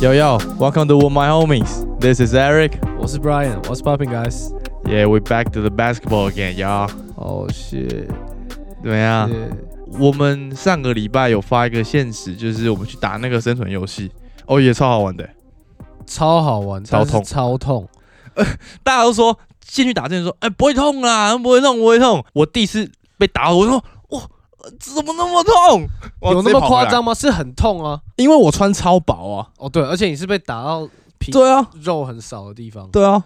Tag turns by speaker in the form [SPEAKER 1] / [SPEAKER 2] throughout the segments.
[SPEAKER 1] Yo yo, welcome to With My Homies. This is Eric.
[SPEAKER 2] What's Brian? What's popping, guys?
[SPEAKER 1] Yeah, we're back to the basketball again, y'all.
[SPEAKER 2] Oh shit!
[SPEAKER 1] 怎么样？
[SPEAKER 2] Yeah.
[SPEAKER 1] 啊我们上个礼拜有发一个现实，就是我们去打那个生存游戏，哦，也超好玩的。
[SPEAKER 2] 超好玩，
[SPEAKER 1] 超
[SPEAKER 2] 但是
[SPEAKER 1] 痛
[SPEAKER 2] 超痛。
[SPEAKER 1] 大家都说进去打之前说，哎、不会痛啦，不会痛，不会痛。我第一次被打，我说，哇，怎么那么痛？我
[SPEAKER 2] 有
[SPEAKER 1] 直接
[SPEAKER 2] 那么
[SPEAKER 1] 跑回
[SPEAKER 2] 夸
[SPEAKER 1] 来？
[SPEAKER 2] 张吗？是很痛啊！
[SPEAKER 1] 因为我穿超薄啊。
[SPEAKER 2] 哦，对，而且你是被打到皮
[SPEAKER 1] 对啊，
[SPEAKER 2] 肉很少的地方。
[SPEAKER 1] 对啊，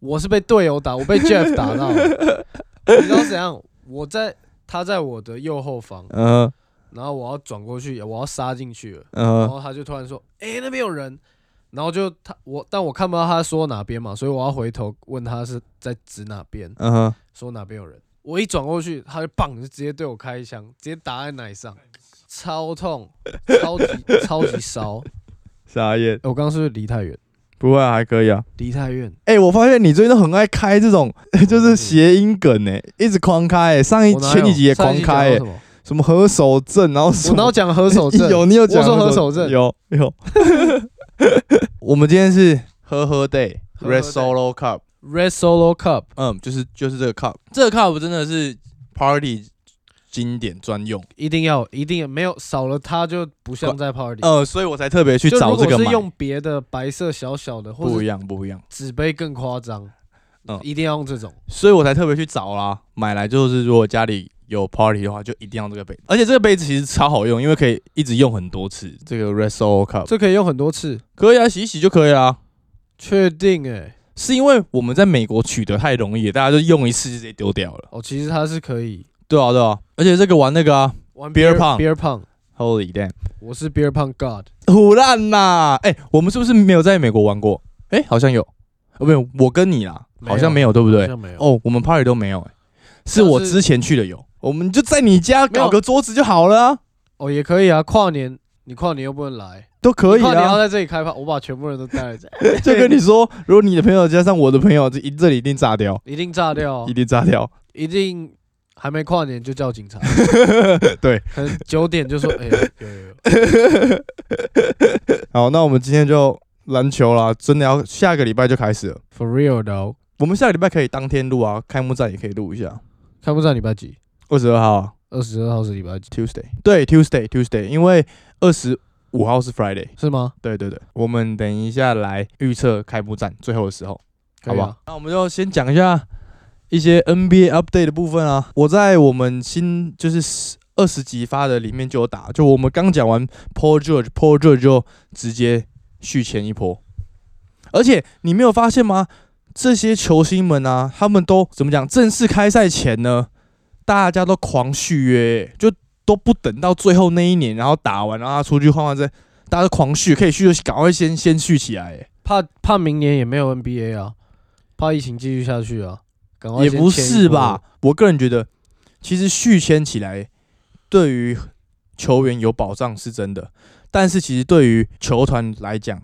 [SPEAKER 2] 我是被队友打，我被 Jeff 打到。你知道怎样？我在他在我的右后方，
[SPEAKER 1] 嗯
[SPEAKER 2] 然后我要转过去，我要杀进去了，然
[SPEAKER 1] 嗯
[SPEAKER 2] 后他就突然说：“哎、那边有人。”然后就他我，但我看不到他说哪边嘛，所以我要回头问他是在指哪边。
[SPEAKER 1] 嗯，
[SPEAKER 2] 说哪边有人，我一转过去，他就棒就直接对我开一枪，直接打在奶上，超痛，超级 超级烧。欸
[SPEAKER 1] 傻眼，
[SPEAKER 2] 我刚刚是不是离太远？
[SPEAKER 1] 不会、啊，还可以啊。
[SPEAKER 2] 离太远，
[SPEAKER 1] 哎、我发现你最近都很爱开这种， 就是谐音梗哎、一直狂开、欸。上一
[SPEAKER 2] 嗯我哪有
[SPEAKER 1] 前几集也狂开、
[SPEAKER 2] 上一
[SPEAKER 1] 欸
[SPEAKER 2] 集讲到什，么
[SPEAKER 1] 什么何守正，然后什
[SPEAKER 2] 我哪
[SPEAKER 1] 么
[SPEAKER 2] 有讲何守 正？
[SPEAKER 1] 有你有讲
[SPEAKER 2] 我说何守正
[SPEAKER 1] 有有。 我们今天是呵呵 day
[SPEAKER 2] 呵呵
[SPEAKER 1] red
[SPEAKER 2] day
[SPEAKER 1] solo cup，
[SPEAKER 2] Red Solo Cup，
[SPEAKER 1] 嗯，就是就是这个 cup，这个 cup 真的是 party 经典专用，
[SPEAKER 2] 一定要一定要没有少了它就不像在 party。
[SPEAKER 1] 呃，所以我才特别去
[SPEAKER 2] 就
[SPEAKER 1] 找
[SPEAKER 2] 如
[SPEAKER 1] 这
[SPEAKER 2] 果
[SPEAKER 1] 个
[SPEAKER 2] 是
[SPEAKER 1] 买，
[SPEAKER 2] 用别的白色小小的，或
[SPEAKER 1] 不一
[SPEAKER 2] 者
[SPEAKER 1] 样不一样，
[SPEAKER 2] 纸杯更夸张
[SPEAKER 1] 嗯，
[SPEAKER 2] 一定要用这种。
[SPEAKER 1] 所以我才特别去找啦，买来就是如果家里。有 party 的话，就一定要这个杯子，而且这个杯子其实超好用，因为可以一直用很多次。这个 Red Solo Cup
[SPEAKER 2] 这可以用很多次，
[SPEAKER 1] 可以啊，洗一洗就可以啦、
[SPEAKER 2] 确定哎、
[SPEAKER 1] 是因为我们在美国取得太容易了，大家就用一次就直接丢掉了。
[SPEAKER 2] 哦，其实它是可以
[SPEAKER 1] 对啊，对啊，而且这个玩那个啊
[SPEAKER 2] 玩
[SPEAKER 1] Beer pong
[SPEAKER 2] beer pong，
[SPEAKER 1] ，Holy damn，
[SPEAKER 2] 我是 beer pong god。
[SPEAKER 1] 胡烂呐！哎、我们是不是没有在美国玩过？哎、好像有，哦，没有，我跟你啦，
[SPEAKER 2] 没有
[SPEAKER 1] 好像没有，对不对
[SPEAKER 2] 好？像没有。
[SPEAKER 1] 哦，我们 party 都没有、哎，是
[SPEAKER 2] 但是
[SPEAKER 1] 我之前去的有，我们就在你家
[SPEAKER 2] 没有
[SPEAKER 1] 搞个桌子就好了、啊，
[SPEAKER 2] 哦，也可以啊，跨年你跨年又不能来，
[SPEAKER 1] 都可以
[SPEAKER 2] 跨年要
[SPEAKER 1] 啊。
[SPEAKER 2] 在这里开趴，我把全部人都带 来这，
[SPEAKER 1] 就跟你说，如果你的朋友加上我的朋友，这一这里一定炸掉，
[SPEAKER 2] 一定炸掉哦
[SPEAKER 1] 一，定炸掉。
[SPEAKER 2] 一定还没跨年就叫警察，
[SPEAKER 1] 对，
[SPEAKER 2] 可能九点就说， 哎，有有有，
[SPEAKER 1] 好，那我们今天就篮球啦，真的要下个礼拜就开始了。
[SPEAKER 2] For real though，
[SPEAKER 1] 我们下个礼拜可以当天录啊，开幕战也可以录一下。
[SPEAKER 2] 看不上礼拜几，
[SPEAKER 1] 二十二号啊
[SPEAKER 2] 二十二号是礼拜几，
[SPEAKER 1] Tuesday，对 Tuesday Tuesday，因为二十五号是 Friday。
[SPEAKER 2] 是吗？
[SPEAKER 1] 对对对，我们等一下来预测开幕战最后的时候，
[SPEAKER 2] 可以
[SPEAKER 1] 好
[SPEAKER 2] 啊
[SPEAKER 1] 吧？？那我们就先讲一下一些 NBA update 的部分啊。我在我们新就是二十集发的里面就有打，就我们刚讲完 Paul George，Paul George 就直接续前一波，而且你没有发现吗？这些球星们啊，他们都怎么讲？正式开赛前呢，大家都狂续约，就都不等到最后那一年，然后打完，然后他出去换换再，大家都狂续，可以续就赶快先先续起来、欸。
[SPEAKER 2] 怕怕明年也没有 NBA 啊，怕疫情继续下去啊，赶快
[SPEAKER 1] 也
[SPEAKER 2] 先
[SPEAKER 1] 不
[SPEAKER 2] 签一
[SPEAKER 1] 是
[SPEAKER 2] 波
[SPEAKER 1] 吧？？我个人觉得，其实续签起来对于球员有保障是真的，但是其实对于球团来讲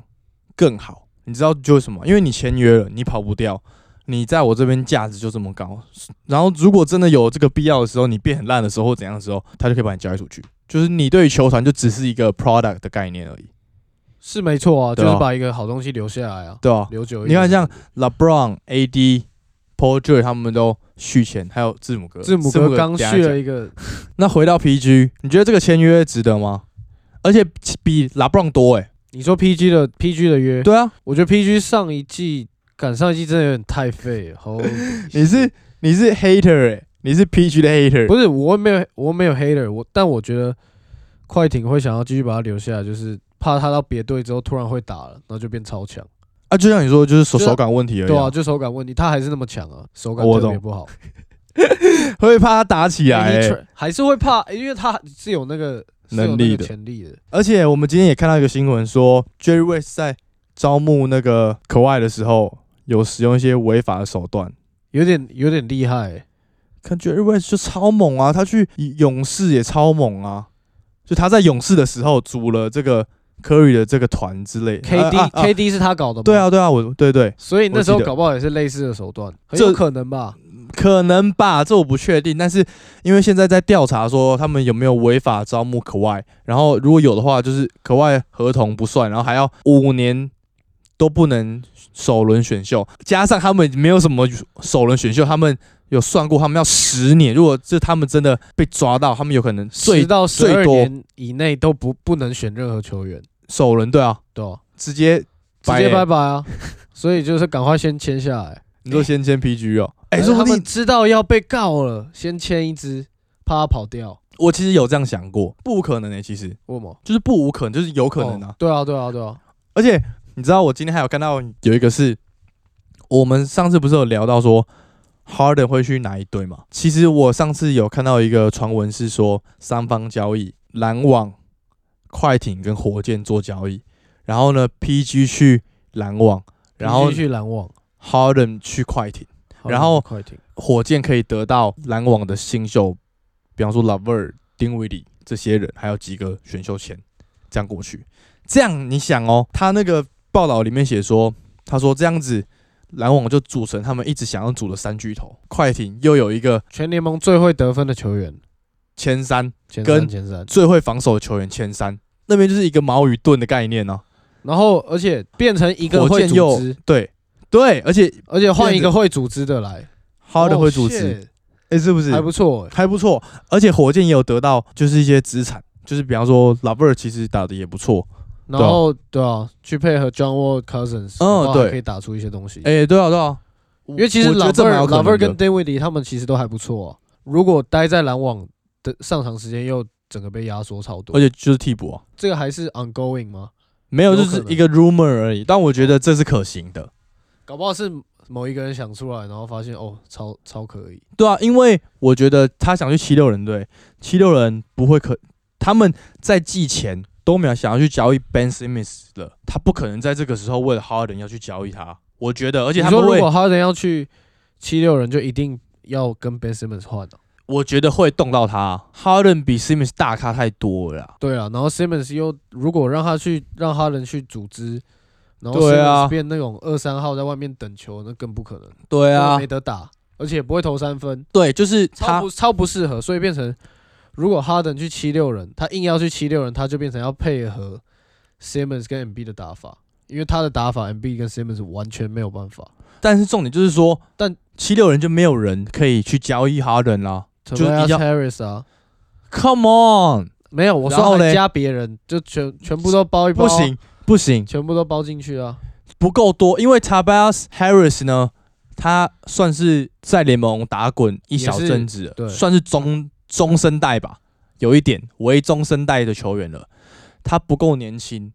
[SPEAKER 1] 更好。你知道就是什么？因为你签约了，你跑不掉，你在我这边价值就这么高。然后如果真的有这个必要的时候，你变很烂的时候或怎样的时候，他就可以把你交易出去。就是你对于球团就只是一个 product 的概念而已，
[SPEAKER 2] 是没错啊，就
[SPEAKER 1] 对啊
[SPEAKER 2] 是把一个好东西留下来啊，
[SPEAKER 1] 对吧、
[SPEAKER 2] 留久
[SPEAKER 1] 你
[SPEAKER 2] 一点。
[SPEAKER 1] 看像 LeBron、AD、Paul George 他们都续签，还有字母哥，
[SPEAKER 2] 字母哥
[SPEAKER 1] 等
[SPEAKER 2] 刚
[SPEAKER 1] 一下
[SPEAKER 2] 续
[SPEAKER 1] 讲
[SPEAKER 2] 了一个，
[SPEAKER 1] 那回到 PG，你觉得这个签约值得吗？而且比拉布朗多哎、
[SPEAKER 2] 你说 PG 的 PG 的约，
[SPEAKER 1] 对啊，
[SPEAKER 2] 我觉得 PG 上一季赶上一季真的有点太废了。Holy
[SPEAKER 1] 你是
[SPEAKER 2] shit
[SPEAKER 1] 你是 hater 哎、你是 PG 的 hater，
[SPEAKER 2] 不是我没有我没有 hater 我，但我觉得快艇会想要继续把他留下来，就是怕他到别队之后突然会打了，然后就变超强。
[SPEAKER 1] 啊，就像你说，就是手
[SPEAKER 2] 就是
[SPEAKER 1] 手感问题而已、
[SPEAKER 2] 对啊，，就手感问题，他还是那么强啊，手感
[SPEAKER 1] 我
[SPEAKER 2] 特别
[SPEAKER 1] 懂
[SPEAKER 2] 不好。
[SPEAKER 1] 会怕他打起来、
[SPEAKER 2] AD
[SPEAKER 1] 欸。
[SPEAKER 2] tra- 还是会怕，因为他是有那个是有
[SPEAKER 1] 能
[SPEAKER 2] 那
[SPEAKER 1] 力
[SPEAKER 2] 个
[SPEAKER 1] 的
[SPEAKER 2] 潜力的。
[SPEAKER 1] 而且我们今天也看到一个新闻说，Jerry West 在招募那个可爱的时候，有使用一些违法的手段。啊
[SPEAKER 2] 有点有点厉害欸、
[SPEAKER 1] 看 Jerry West 就超猛啊，他去勇士也超猛啊，就他在勇士的时候组了这个 Curry 的这个团之类的。
[SPEAKER 2] KD、
[SPEAKER 1] 啊啊啊
[SPEAKER 2] KD 是他搞的吗？
[SPEAKER 1] 对，啊对啊，我对对，
[SPEAKER 2] 所以那时候
[SPEAKER 1] 我记得
[SPEAKER 2] 搞不好也是类似的手段，很
[SPEAKER 1] 这
[SPEAKER 2] 有可能吧。
[SPEAKER 1] 可能吧，这我不确定。但是因为现在在调查说他们有没有违法招募可外，然后如果有的话，就是可外合同不算，然后还要五年都不能首轮选秀，加上他们没有什么首轮选秀，他们有算过，他们要十年。如果这他们真的被抓到，他们有可能
[SPEAKER 2] 十
[SPEAKER 1] 最
[SPEAKER 2] 到十
[SPEAKER 1] 最
[SPEAKER 2] 二
[SPEAKER 1] 多
[SPEAKER 2] 年以内都不不能选任何球员，
[SPEAKER 1] 首轮对啊，
[SPEAKER 2] 对吧、
[SPEAKER 1] 直接
[SPEAKER 2] 直接
[SPEAKER 1] 欸
[SPEAKER 2] 拜拜啊！所以就是赶快先签下来。
[SPEAKER 1] 你说先签 PG 哦，哎、
[SPEAKER 2] 反
[SPEAKER 1] 说不
[SPEAKER 2] 正他
[SPEAKER 1] 定
[SPEAKER 2] 们知道要被告了，先签一支，怕他跑掉。
[SPEAKER 1] 我其实有这样想过，不可能哎、其实
[SPEAKER 2] 为什么？
[SPEAKER 1] 就是不无可能，就是有可能啊。
[SPEAKER 2] 哦对啊，对啊，对啊。
[SPEAKER 1] 而且你知道，我今天还有看到有一个是，我们上次不是有聊到说 Harden 会去哪一队嘛？其实我上次有看到一个传闻是说，三方交易，篮网、快艇跟火箭做交易，然后呢，PG 去篮网，然后
[SPEAKER 2] 继续拦网，
[SPEAKER 1] Harden 去快艇，然后
[SPEAKER 2] 好快艇
[SPEAKER 1] 火箭可以得到篮网的新秀，比方说 Lover、丁威里这些人，还有几个选秀签，这样过去。这样你想哦，他那个报道里面写说，他说这样子，篮网就组成他们一直想要组的三巨头，快艇又有一个
[SPEAKER 2] 全联盟最会得分的球员，
[SPEAKER 1] 前三
[SPEAKER 2] 前
[SPEAKER 1] 跟
[SPEAKER 2] 三前三。
[SPEAKER 1] 最会防守的球员前三，那边就是一个矛与盾的概念呢、
[SPEAKER 2] 然后而且变成一个
[SPEAKER 1] 火
[SPEAKER 2] 会
[SPEAKER 1] 箭
[SPEAKER 2] 组
[SPEAKER 1] 又
[SPEAKER 2] 织，
[SPEAKER 1] 对对，而且
[SPEAKER 2] 而且换一个会组织的来，
[SPEAKER 1] 哈登
[SPEAKER 2] 哦
[SPEAKER 1] 会组织，
[SPEAKER 2] shit，
[SPEAKER 1] 哎、是不是
[SPEAKER 2] 还不错欸。
[SPEAKER 1] 还不错，而且火箭也有得到就是一些资产，就是比方说拉贝尔其实打的也不错。
[SPEAKER 2] 然后对啊，去配合 John Wall Cousins，
[SPEAKER 1] 嗯
[SPEAKER 2] 搞不好还
[SPEAKER 1] 对
[SPEAKER 2] 可以打出一些东西。
[SPEAKER 1] 哎、对啊对啊，因
[SPEAKER 2] 因为其实
[SPEAKER 1] 老
[SPEAKER 2] 老
[SPEAKER 1] 这
[SPEAKER 2] 贝
[SPEAKER 1] 蛮
[SPEAKER 2] 尔、
[SPEAKER 1] 有可
[SPEAKER 2] 老
[SPEAKER 1] 能
[SPEAKER 2] 贝
[SPEAKER 1] 的
[SPEAKER 2] 尔跟 d a v i d 他们其实都还不错、啊。如果待在篮网的上场时间又整个被压缩超多，
[SPEAKER 1] 而且就是替补、啊，
[SPEAKER 2] 这个还是 ongoing 吗？
[SPEAKER 1] 没有
[SPEAKER 2] 有
[SPEAKER 1] 就
[SPEAKER 2] 可
[SPEAKER 1] 是
[SPEAKER 2] 能
[SPEAKER 1] 一个 rumor 而已，但我觉得这是可行的。
[SPEAKER 2] 搞不好是某一个人想出来，然后发现哦，超超可以。
[SPEAKER 1] 对啊，因为我觉得他想去七六人队，七六人不会可他们在季前都没有想要去交易 Ben Simmons 的，他不可能在这个时候为了 Harden 要去交易他。我觉得，而
[SPEAKER 2] 你
[SPEAKER 1] 且他
[SPEAKER 2] 说
[SPEAKER 1] 们
[SPEAKER 2] 如
[SPEAKER 1] 会，
[SPEAKER 2] 果哈登要去七六人，就一定要跟 Ben Simmons 换哦的、
[SPEAKER 1] 我觉得会动到他啊。Harden 比 Simmons 大咖太多了啊
[SPEAKER 2] 对啊，然后 Simmons 又如果让他去让哈登去组织，然后
[SPEAKER 1] 对啊
[SPEAKER 2] Simmons 变那种二三号在外面等球，那更不可能。
[SPEAKER 1] 对啊
[SPEAKER 2] 根本没得打，而且也不会投三分。
[SPEAKER 1] 对，就是
[SPEAKER 2] 超
[SPEAKER 1] 他
[SPEAKER 2] 不超不适合，所以变成如果哈登去七六人，他硬要去七六人，他就变成要配合 Simmons 跟 MB 的打法，因为他的打法 MB 跟 Simmons 完全没有办法，
[SPEAKER 1] 但是重点就是说，
[SPEAKER 2] 但
[SPEAKER 1] 七六人就没有人可以去交易哈登啦。
[SPEAKER 2] 就是
[SPEAKER 1] 一定要
[SPEAKER 2] Harris 啊，
[SPEAKER 1] Come on，
[SPEAKER 2] 没有，我
[SPEAKER 1] 然后
[SPEAKER 2] 说还
[SPEAKER 1] 嘞
[SPEAKER 2] 加别人，就全全部都包一包，
[SPEAKER 1] 不，行不行，
[SPEAKER 2] 全部都包进去啊，
[SPEAKER 1] 不够多，因为 Tobias Harris 呢，他算是在联盟打滚一小阵子了，
[SPEAKER 2] 对
[SPEAKER 1] 算是中中生代吧，有一点为中生代的球员了。他不够年轻，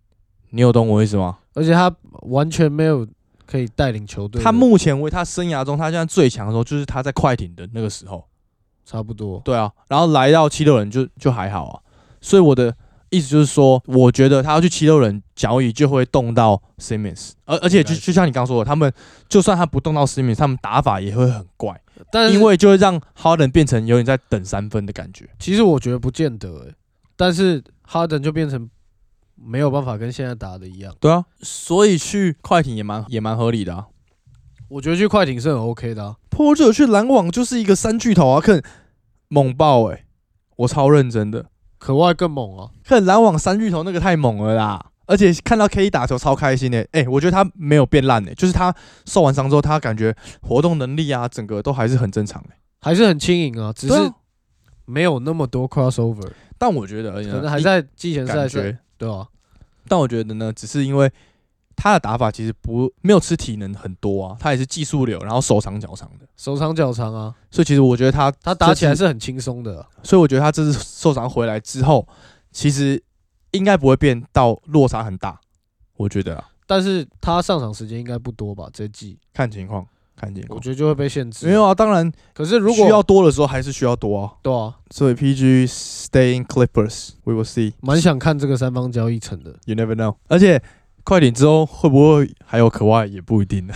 [SPEAKER 1] 你有懂我意思吗？
[SPEAKER 2] 而且他完全没有可以带领球队的，
[SPEAKER 1] 他目前为他生涯中，他现在最强的时候就是他在快艇的那个时候。
[SPEAKER 2] 差不多，
[SPEAKER 1] 对啊，然后来到七六人就就还好啊。所以我的意思就是说，我觉得他要去七六人交易就会动到 Simmons，而而且就
[SPEAKER 2] 应该是
[SPEAKER 1] 就像你刚说的，他们就算他不动到 Simmons，他们打法也会很怪，
[SPEAKER 2] 但是
[SPEAKER 1] 因为就会让 Harden 变成有点在等三分的感觉。
[SPEAKER 2] 其实我觉得不见得、欸，但是哈登就变成没有办法跟现在打的一样。
[SPEAKER 1] 对啊，所以去快艇也蛮也蛮合理的啊。
[SPEAKER 2] 我觉得去快艇是很 OK 的、啊，
[SPEAKER 1] 波就去篮网就是一个三巨头啊，看猛爆哎、我超认真的，
[SPEAKER 2] 可外更猛啊。
[SPEAKER 1] 看篮网三巨头那个太猛了啦！而且看到 K 打球超开心的、欸，哎、我觉得他没有变烂的、就是他受完伤之后，他感觉活动能力啊，整个都还是很正常的、
[SPEAKER 2] 还是很轻盈啊，只
[SPEAKER 1] 只
[SPEAKER 2] 是没有那么多 crossover，
[SPEAKER 1] 但我觉得而已呢，啊
[SPEAKER 2] 可能还在季前
[SPEAKER 1] 一
[SPEAKER 2] 赛
[SPEAKER 1] 感
[SPEAKER 2] 是，
[SPEAKER 1] 觉，
[SPEAKER 2] 对啊，
[SPEAKER 1] 但我觉得呢，只是因为他的打法其实不没有吃体能很多啊，他也是技术流，然后手长脚长的，
[SPEAKER 2] 手长脚长啊，
[SPEAKER 1] 所以其实我觉得他
[SPEAKER 2] 他打起来
[SPEAKER 1] 这次，
[SPEAKER 2] 是很轻松的啊、
[SPEAKER 1] 所以我觉得他这次受伤回来之后，其实应该不会变到落差很大，我觉得啊，
[SPEAKER 2] 但是他上场时间应该不多吧？这季
[SPEAKER 1] 看情况，看情
[SPEAKER 2] 我
[SPEAKER 1] 况。
[SPEAKER 2] 觉得就会被限制。
[SPEAKER 1] 没有，啊，当然
[SPEAKER 2] 可是如
[SPEAKER 1] 需要
[SPEAKER 2] 果
[SPEAKER 1] 多的时候还是需要多啊。
[SPEAKER 2] 对啊，
[SPEAKER 1] 所以 PG stay in Clippers, we will see.
[SPEAKER 2] 蛮想看这个三方交易成的。
[SPEAKER 1] You never know. 而且快 艇之后会不会还有可外也不一定呢。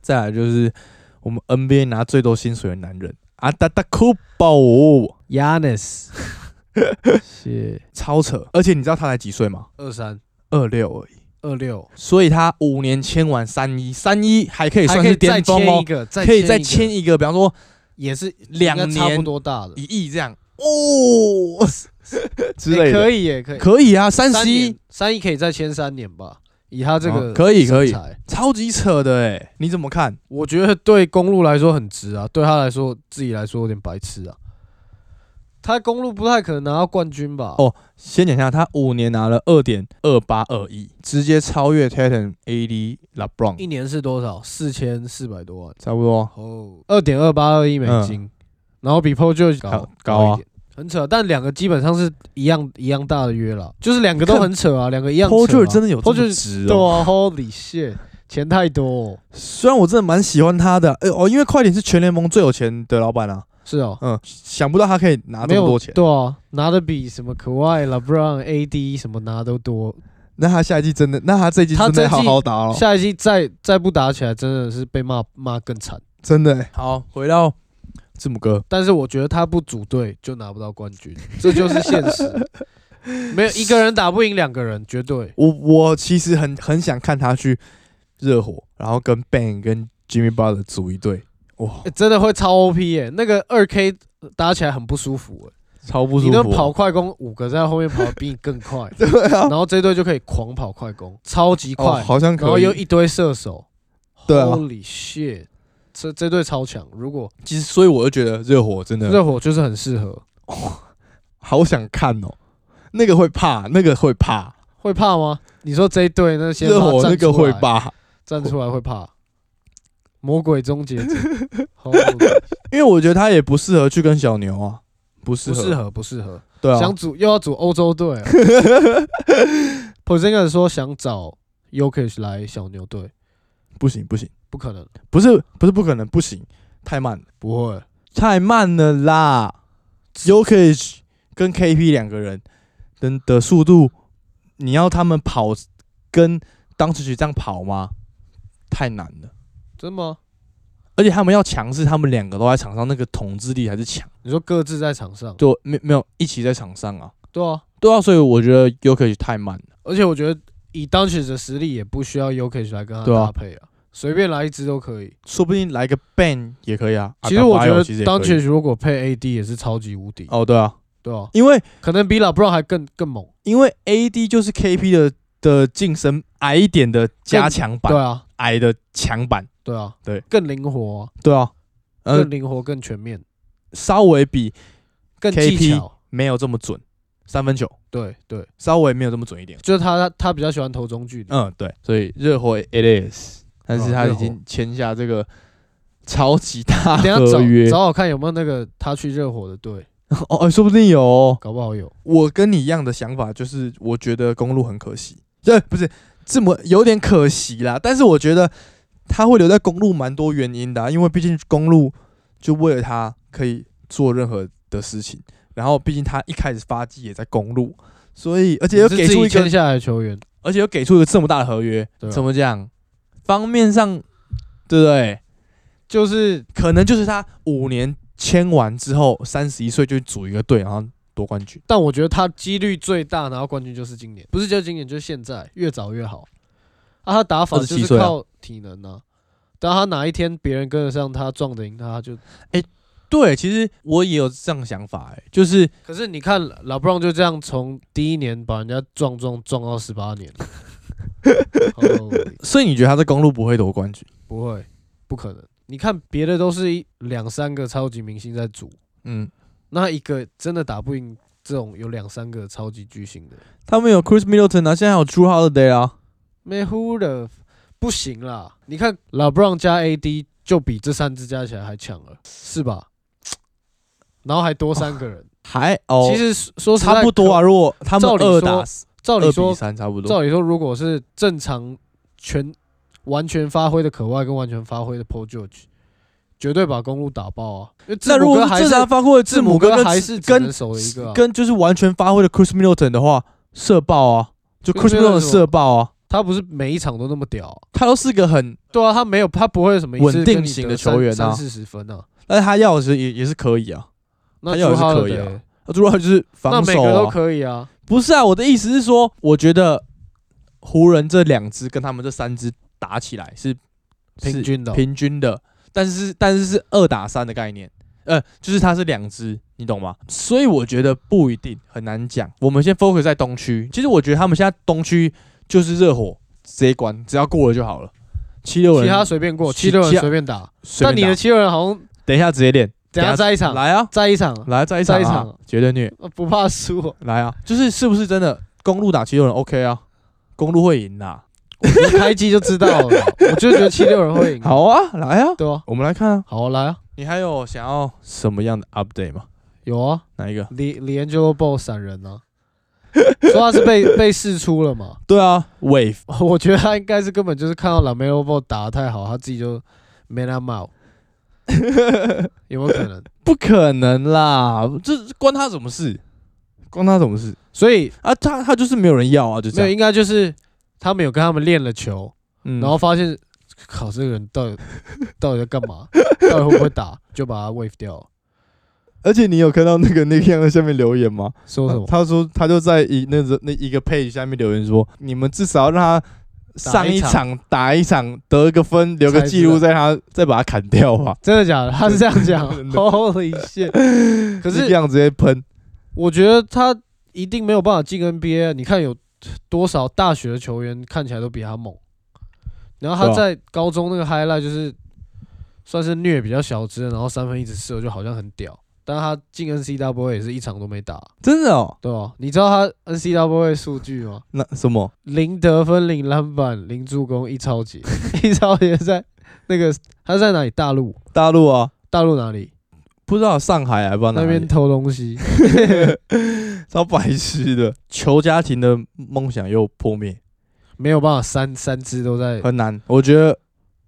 [SPEAKER 1] 再来就是我们 NBA 拿最多薪水的男人阿达达库宝，
[SPEAKER 2] Yanis，谢
[SPEAKER 1] 超扯！而且你知道他才几岁吗？
[SPEAKER 2] 二三
[SPEAKER 1] 二六而已，
[SPEAKER 2] 二六，
[SPEAKER 1] 所以他五年签完三一，三一还可以
[SPEAKER 2] 还
[SPEAKER 1] 算
[SPEAKER 2] 可以
[SPEAKER 1] 是
[SPEAKER 2] 再
[SPEAKER 1] 巅峰
[SPEAKER 2] 签一
[SPEAKER 1] 哦，
[SPEAKER 2] 个，
[SPEAKER 1] 可以再
[SPEAKER 2] 一个
[SPEAKER 1] 签，一个，比方说
[SPEAKER 2] 也是
[SPEAKER 1] 两
[SPEAKER 2] 应该差不
[SPEAKER 1] 年
[SPEAKER 2] 多大了
[SPEAKER 1] 一，亿这样哦之类的，
[SPEAKER 2] 欸可以耶，可以，
[SPEAKER 1] 可以啊，三十一
[SPEAKER 2] 年，三亿可以再签三年吧，以他这个
[SPEAKER 1] 哦可以可以
[SPEAKER 2] 身材
[SPEAKER 1] 超级扯的哎、你怎么看？
[SPEAKER 2] 我觉得对公路来说很值啊，对他来说自己来说有点白痴啊。他公路不太可能拿到冠军吧？
[SPEAKER 1] 哦先讲一下，他五年拿了二点二八二亿，直接超越 Tatum、AD、LeBron，
[SPEAKER 2] 一年是多少？四千四百多万
[SPEAKER 1] 差不多。
[SPEAKER 2] 哦，二点二八二亿美金，然后比 p o j o 高
[SPEAKER 1] 高嗯高啊
[SPEAKER 2] 一点，很扯。但两个基本上是一样一样大的约了，就是两个都
[SPEAKER 1] 看
[SPEAKER 2] 很扯啊，两个一样扯、啊。
[SPEAKER 1] Paul George 真的有这
[SPEAKER 2] Paul
[SPEAKER 1] 么
[SPEAKER 2] George
[SPEAKER 1] 值
[SPEAKER 2] 对
[SPEAKER 1] 哦、
[SPEAKER 2] 啊，Holy shit，钱太多、哦，
[SPEAKER 1] 虽然我真的蛮喜欢他的，哎、哦，因为快艇是全联盟最有钱的老板啊，
[SPEAKER 2] 是哦，
[SPEAKER 1] 嗯，想不到他可以拿
[SPEAKER 2] 没
[SPEAKER 1] 这么
[SPEAKER 2] 有
[SPEAKER 1] 多钱。
[SPEAKER 2] 对啊，拿的比什么可爱、LeBron、AD 什么拿都多，
[SPEAKER 1] 那他下一季真的，那他这一季真
[SPEAKER 2] 他这一
[SPEAKER 1] 的
[SPEAKER 2] 季
[SPEAKER 1] 好好打哦，
[SPEAKER 2] 下一季再再不打起来，真的是被骂骂更惨。
[SPEAKER 1] 真的、欸。好，回到字母哥，
[SPEAKER 2] 但是我觉得他不组队就拿不到冠军，这就是现 实。没有一个人打不赢两个人，绝对。
[SPEAKER 1] 我我其实很很想看他去热火，然后跟 Bang 跟 Jimmy Butler 组一队，哇，
[SPEAKER 2] 欸真的会超 OP 耶、那个二 K 打起来很不舒服、欸，
[SPEAKER 1] 超不舒
[SPEAKER 2] 你
[SPEAKER 1] 服
[SPEAKER 2] 那
[SPEAKER 1] 哦。
[SPEAKER 2] 跑快攻五个在后面跑得比你更快，
[SPEAKER 1] 对啊
[SPEAKER 2] 然，后这队就可以狂跑快攻，超级快，
[SPEAKER 1] 哦，好像
[SPEAKER 2] 然后
[SPEAKER 1] 可
[SPEAKER 2] 又
[SPEAKER 1] 以。
[SPEAKER 2] 一堆射手。
[SPEAKER 1] 对啊
[SPEAKER 2] Holy shit！这这队超强，如果
[SPEAKER 1] 其实，所以我就觉得热火真的
[SPEAKER 2] 热火就是很适合，
[SPEAKER 1] 好想看哦，那个会怕，那个会怕，
[SPEAKER 2] 会怕吗？你说这一队那些
[SPEAKER 1] 热火那个会
[SPEAKER 2] 吧？
[SPEAKER 1] 怕，
[SPEAKER 2] 站出来会怕。魔鬼终结 者，好
[SPEAKER 1] 因为我觉得他也不适合去跟小牛啊，不适
[SPEAKER 2] 不
[SPEAKER 1] 合，
[SPEAKER 2] 适合，不适合。
[SPEAKER 1] 对啊，
[SPEAKER 2] 想组又要组欧 洲队、啊。p o z i n g a 说想找 Yokish 来小牛队，
[SPEAKER 1] 不行不行，
[SPEAKER 2] 不可能，
[SPEAKER 1] 不是不是不可能，不行，太慢了，
[SPEAKER 2] 不会。
[SPEAKER 1] 太慢了啦 u k i c 跟 KP 两个人的的速度，你要他们跑跟当时局这样跑吗？太难了，
[SPEAKER 2] 真的吗？
[SPEAKER 1] 而且他们要强势，他们两个都在场上，那个统治力还是强。
[SPEAKER 2] 你说各自在场上，
[SPEAKER 1] 就没没有一起在场上啊。
[SPEAKER 2] 对啊。
[SPEAKER 1] 对啊，所以我觉得 y o k i 太慢了。
[SPEAKER 2] 而且我觉得以当时的实力，也不需要 Yokish 来跟他
[SPEAKER 1] 对啊
[SPEAKER 2] 搭配啊，随便来一支都可以。
[SPEAKER 1] 说不定来个 Ban 也可以啊。
[SPEAKER 2] 其实我觉
[SPEAKER 1] Adebayo
[SPEAKER 2] 得
[SPEAKER 1] 其实也可以
[SPEAKER 2] 当时如果配 AD 也是超级无敌，
[SPEAKER 1] 哦，对啊，
[SPEAKER 2] 对啊，
[SPEAKER 1] 因为
[SPEAKER 2] 可能比 LeBron 还更更猛。
[SPEAKER 1] 因为 AD 就是 KP 的的晋升矮一点的加强版，
[SPEAKER 2] 对啊，
[SPEAKER 1] 矮的强版。
[SPEAKER 2] 对啊，
[SPEAKER 1] 对
[SPEAKER 2] 更灵活啊、
[SPEAKER 1] 对啊，呃
[SPEAKER 2] 更，灵活、更全面、
[SPEAKER 1] 稍微比
[SPEAKER 2] 更技
[SPEAKER 1] KP
[SPEAKER 2] 巧。
[SPEAKER 1] 没有这么准，三分球
[SPEAKER 2] 对对，
[SPEAKER 1] 稍微没有这么准一点。
[SPEAKER 2] 就是他他比较喜欢投中距离。
[SPEAKER 1] 嗯，对，所以热火 it is，但是他已
[SPEAKER 2] 哦热
[SPEAKER 1] 经签下这个超级大
[SPEAKER 2] 等一下找
[SPEAKER 1] 啊合约
[SPEAKER 2] 找找看有没有那个他去热火的队，
[SPEAKER 1] 哦，说不定有哦。
[SPEAKER 2] 搞不好有。
[SPEAKER 1] 我跟你一样的想法，就是我觉得公路很可惜，对，不是字母有点可惜啦。但是我觉得他会留在公路蛮多原因的啊、因为毕竟公路就为了他可以做任何的事情，然后毕竟他一开始发迹也在公路，所以而且又
[SPEAKER 2] 你是
[SPEAKER 1] 给
[SPEAKER 2] 自
[SPEAKER 1] 出
[SPEAKER 2] 己
[SPEAKER 1] 一个
[SPEAKER 2] 签，下来的球员，
[SPEAKER 1] 而且又给出一个这么大的合约，
[SPEAKER 2] 对啊
[SPEAKER 1] 怎么讲？方面上，对不对？
[SPEAKER 2] 就是
[SPEAKER 1] 可能就是他五年签完之后，三十一岁就组一个队，然后夺冠军。
[SPEAKER 2] 但我觉得他几率最大拿到冠军就是今年，不是就今年就是现在，越早越好。啊，他打法就
[SPEAKER 1] 27
[SPEAKER 2] 是
[SPEAKER 1] 岁啊
[SPEAKER 2] 靠体能啊。但他哪一天别人跟得上他，撞得赢他，他就
[SPEAKER 1] 对，其实我也有这样想法、欸，就是
[SPEAKER 2] 可是你看老布朗就这样从第一年把人家撞撞撞到十八 年，哦
[SPEAKER 1] 所以你觉得他在公路不会夺冠军？
[SPEAKER 2] 不会，不可能。你看别的都是一两三个超级明星在组，
[SPEAKER 1] 嗯，
[SPEAKER 2] 那一个真的打不赢这种有两三个超级巨星的，
[SPEAKER 1] 他们有 Chris Middleton 啊，现在还有 Drew Holiday 啊，
[SPEAKER 2] 没呼的不行啦。你看老布朗加 AD 就比这三支加起来还强了，是吧？然后还多三个人，
[SPEAKER 1] 还哦，
[SPEAKER 2] 其实说实在
[SPEAKER 1] 差不多啊。。如果他们
[SPEAKER 2] 照理说
[SPEAKER 1] 二打
[SPEAKER 2] 照理
[SPEAKER 1] 二比
[SPEAKER 2] 说，
[SPEAKER 1] 三，差不多。
[SPEAKER 2] 照理说，如果是正常全完全发挥的可外跟完全发挥的 p o George，绝对把公路打爆啊！因为字
[SPEAKER 1] 那如
[SPEAKER 2] 母
[SPEAKER 1] 果
[SPEAKER 2] 哥
[SPEAKER 1] 是
[SPEAKER 2] 还
[SPEAKER 1] 正
[SPEAKER 2] 是
[SPEAKER 1] 常发挥的字
[SPEAKER 2] 字
[SPEAKER 1] 母
[SPEAKER 2] 母
[SPEAKER 1] 哥
[SPEAKER 2] 哥
[SPEAKER 1] 跟
[SPEAKER 2] 还是只能
[SPEAKER 1] 跟
[SPEAKER 2] 守了一个啊、
[SPEAKER 1] 跟就是完全发挥的 Chris Middleton 的话，射爆啊，就
[SPEAKER 2] Chris
[SPEAKER 1] Chris
[SPEAKER 2] Middleton
[SPEAKER 1] Middleton 射爆啊，
[SPEAKER 2] 他不是每一场都那么屌啊、
[SPEAKER 1] 他都是个很，
[SPEAKER 2] 对啊，他没有，他不会什么一次
[SPEAKER 1] 稳定
[SPEAKER 2] 跟你
[SPEAKER 1] 型
[SPEAKER 2] 得
[SPEAKER 1] 的球
[SPEAKER 2] 三
[SPEAKER 1] 员啊
[SPEAKER 2] 三四十分啊。
[SPEAKER 1] 但是他要的是也也是可以啊，
[SPEAKER 2] 那
[SPEAKER 1] 他要也
[SPEAKER 2] 朱
[SPEAKER 1] 是
[SPEAKER 2] 哈
[SPEAKER 1] 可
[SPEAKER 2] 勒
[SPEAKER 1] 以啊
[SPEAKER 2] 德，
[SPEAKER 1] 那主要就是
[SPEAKER 2] 那
[SPEAKER 1] 防
[SPEAKER 2] 每
[SPEAKER 1] 守
[SPEAKER 2] 个都
[SPEAKER 1] 啊。
[SPEAKER 2] 可以啊。
[SPEAKER 1] 不是啊，我的意思是说，我觉得湖人这两支跟他们这三支打起来是是
[SPEAKER 2] 平均的哦
[SPEAKER 1] 平均的，但是但是是二打三的概念，呃，就是它是两支，你懂吗？所以我觉得不一定很难讲。我们先 focus 在东区，其实我觉得他们现在东区就是热火这一关，只要过了就好了。七六人，
[SPEAKER 2] 其他随便过，
[SPEAKER 1] 其
[SPEAKER 2] 七六人
[SPEAKER 1] 其他
[SPEAKER 2] 随便打。
[SPEAKER 1] 随
[SPEAKER 2] 但
[SPEAKER 1] 便
[SPEAKER 2] 你
[SPEAKER 1] 打
[SPEAKER 2] 的七六人好像
[SPEAKER 1] 等一下直接练，
[SPEAKER 2] 等下再一场，
[SPEAKER 1] 来啊，
[SPEAKER 2] 再一场，
[SPEAKER 1] 来啊再一场、啊，
[SPEAKER 2] 再一场
[SPEAKER 1] 绝对虐，
[SPEAKER 2] 呃不怕输哦。
[SPEAKER 1] 来啊，就是是不是真的公路打七六人 OK 啊？公路会赢啊啦，
[SPEAKER 2] 我开机就知道了， 我就觉得七六人会赢。，
[SPEAKER 1] 好啊，来啊，
[SPEAKER 2] 对啊，
[SPEAKER 1] 我们来看啊，
[SPEAKER 2] 好来啊，
[SPEAKER 1] 你还有想要什么样的 update 吗？
[SPEAKER 2] 有啊，
[SPEAKER 1] 哪一个？
[SPEAKER 2] 李李 a 就 Ball 闪人啊，说他是被 被试出了嘛，
[SPEAKER 1] 对啊，Wave
[SPEAKER 2] 我觉得他应该是根本就是看到 Lamelo Ball 打的太好，他自己就 man up out，有没有可能？
[SPEAKER 1] 不可能啦，这关他什么事？关他什么事
[SPEAKER 2] 所以
[SPEAKER 1] 啊？他他就是没有人要啊，就
[SPEAKER 2] 没
[SPEAKER 1] 这
[SPEAKER 2] 有，
[SPEAKER 1] 样。
[SPEAKER 2] 应该就是他们有跟他们练了球，
[SPEAKER 1] 嗯
[SPEAKER 2] 然后发现，靠，这个人到底 到底在干嘛？到底会不会打？就把他 wave 掉了。
[SPEAKER 1] 而且你有看到那个那个样在下面留言吗？
[SPEAKER 2] 说什么？
[SPEAKER 1] 他说他就在一那个那一个 page 下面留言说，你们至少要让他上一场打一场得个分，留个记录在他，再把他砍掉啊吧。
[SPEAKER 2] 真的假的？他是这样讲
[SPEAKER 1] 真的
[SPEAKER 2] ，Holy shit！可
[SPEAKER 1] 这
[SPEAKER 2] 是
[SPEAKER 1] 样直接喷，
[SPEAKER 2] 我觉得他一定没有办法进 NBA 啊。你看有多少大学的球员看起来都比他猛，然后
[SPEAKER 1] 对
[SPEAKER 2] 他
[SPEAKER 1] 啊
[SPEAKER 2] 在高中那个 highlight 就是算是虐比较小只的，然后三分一直射，就好像很屌。但他进 NCAA 也是一场都没打，
[SPEAKER 1] 真的哦？
[SPEAKER 2] 对吧、你知道他 NCAA 数据吗？
[SPEAKER 1] 那什么？
[SPEAKER 2] 零得分、零篮板、零助攻、一 超级，一超级在那个他在哪里？大陆，
[SPEAKER 1] 大陆啊？
[SPEAKER 2] 大陆哪里？
[SPEAKER 1] 不知道上海还不知道哦哪
[SPEAKER 2] 那边
[SPEAKER 1] 里，
[SPEAKER 2] 偷东西。
[SPEAKER 1] 超白痴的。求家庭的梦想又破灭，
[SPEAKER 2] 没有办法，三三支都在。
[SPEAKER 1] 很难。我觉得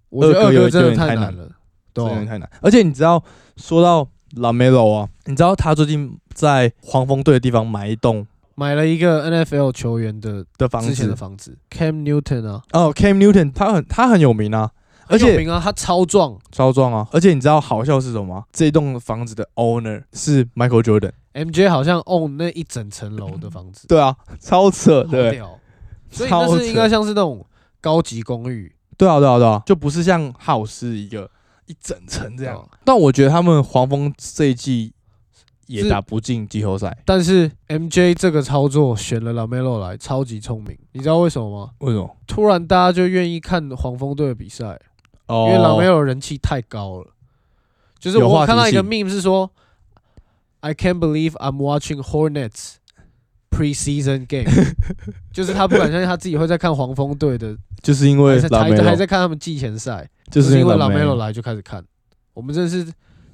[SPEAKER 2] 我觉得
[SPEAKER 1] 二
[SPEAKER 2] 二
[SPEAKER 1] 哥有
[SPEAKER 2] 哥真的
[SPEAKER 1] 点太
[SPEAKER 2] 太
[SPEAKER 1] 难
[SPEAKER 2] 难了，对
[SPEAKER 1] 真的
[SPEAKER 2] 啊，
[SPEAKER 1] 太难。而且你知道，说到 Lamelo 啊，你知道他最近在黄蜂队的地方买一栋
[SPEAKER 2] 买了一个 NFL 球员的
[SPEAKER 1] 的房
[SPEAKER 2] 之前
[SPEAKER 1] 子
[SPEAKER 2] 的房子，Cam Newton 啊，
[SPEAKER 1] 哦，Cam Newton，他很他很有名啊，而
[SPEAKER 2] 很有
[SPEAKER 1] 且
[SPEAKER 2] 名啊，他超壮
[SPEAKER 1] 超壮啊。而且你知道好笑是什么吗？这栋房子的 owner 是 Michael Jordan。
[SPEAKER 2] ，MJ 好像 own 那一整层楼的房子，
[SPEAKER 1] 对啊，超扯，
[SPEAKER 2] 好
[SPEAKER 1] 对，
[SPEAKER 2] 屌，所以
[SPEAKER 1] 超
[SPEAKER 2] 那
[SPEAKER 1] 扯
[SPEAKER 2] 是应该像是那种高级公寓，
[SPEAKER 1] 对啊，对啊，对啊，就不是像 House 一个一整层这样
[SPEAKER 2] 对。
[SPEAKER 1] 但我觉得他们黄蜂这一季也
[SPEAKER 2] 是
[SPEAKER 1] 打不进季后赛，
[SPEAKER 2] 但是 MJ 这个操作选了 Lamelo 来，超级聪明，你知道为什么吗？
[SPEAKER 1] 为什么？
[SPEAKER 2] 突然大家就愿意看黄蜂队的比赛，
[SPEAKER 1] 哦
[SPEAKER 2] 因为 Lamelo 人气太高了。就是
[SPEAKER 1] 有话
[SPEAKER 2] 我
[SPEAKER 1] 题
[SPEAKER 2] 看到一个
[SPEAKER 1] 性
[SPEAKER 2] meme 是说，I can't believe I'm watching Hornets preseason game，就是他不敢相信他自己会在看黄蜂队的，
[SPEAKER 1] 就是因为
[SPEAKER 2] 还在还在还
[SPEAKER 1] Lamelo，
[SPEAKER 2] 在看他们季前赛，
[SPEAKER 1] 就
[SPEAKER 2] 就是因为
[SPEAKER 1] Lamelo
[SPEAKER 2] Lamelo 来就开始看。我们真的是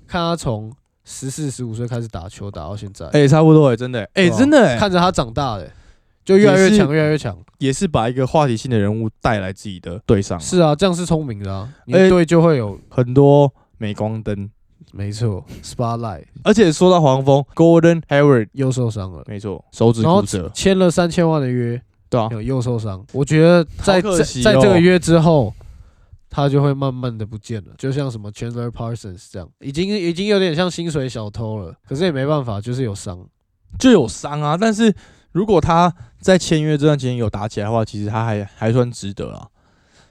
[SPEAKER 2] 看他从十四十五岁开始打球打到现在。
[SPEAKER 1] 哎、差不多哎、真的哎、
[SPEAKER 2] 对吧
[SPEAKER 1] 真的哎、
[SPEAKER 2] 哦看着他长大的、就越来越强，越来越强。
[SPEAKER 1] 也是把一个话题性的人物带来自己的队上、啊，
[SPEAKER 2] 是啊，这样是聪明的啊，你
[SPEAKER 1] 哎
[SPEAKER 2] 对就会有，
[SPEAKER 1] 很多镁光灯。
[SPEAKER 2] 没错，spotlight
[SPEAKER 1] 而且说到黄蜂，Golden Hayward，
[SPEAKER 2] 又受伤了，
[SPEAKER 1] 没错，手指
[SPEAKER 2] 然后
[SPEAKER 1] 骨折，
[SPEAKER 2] 签了三千万的约，
[SPEAKER 1] 对啊
[SPEAKER 2] 没，有又受伤。我觉得在
[SPEAKER 1] 好
[SPEAKER 2] 这
[SPEAKER 1] 可惜哦
[SPEAKER 2] 在这个约之后。他就会慢慢的不见了，就像什么 Chandler Parsons 这样，已经已经有点像薪水小偷了。可是也没办法，就是有伤。
[SPEAKER 1] 就有伤啊。但是如果他在签约这段期间有打起来的话，其实他还还算值得啊。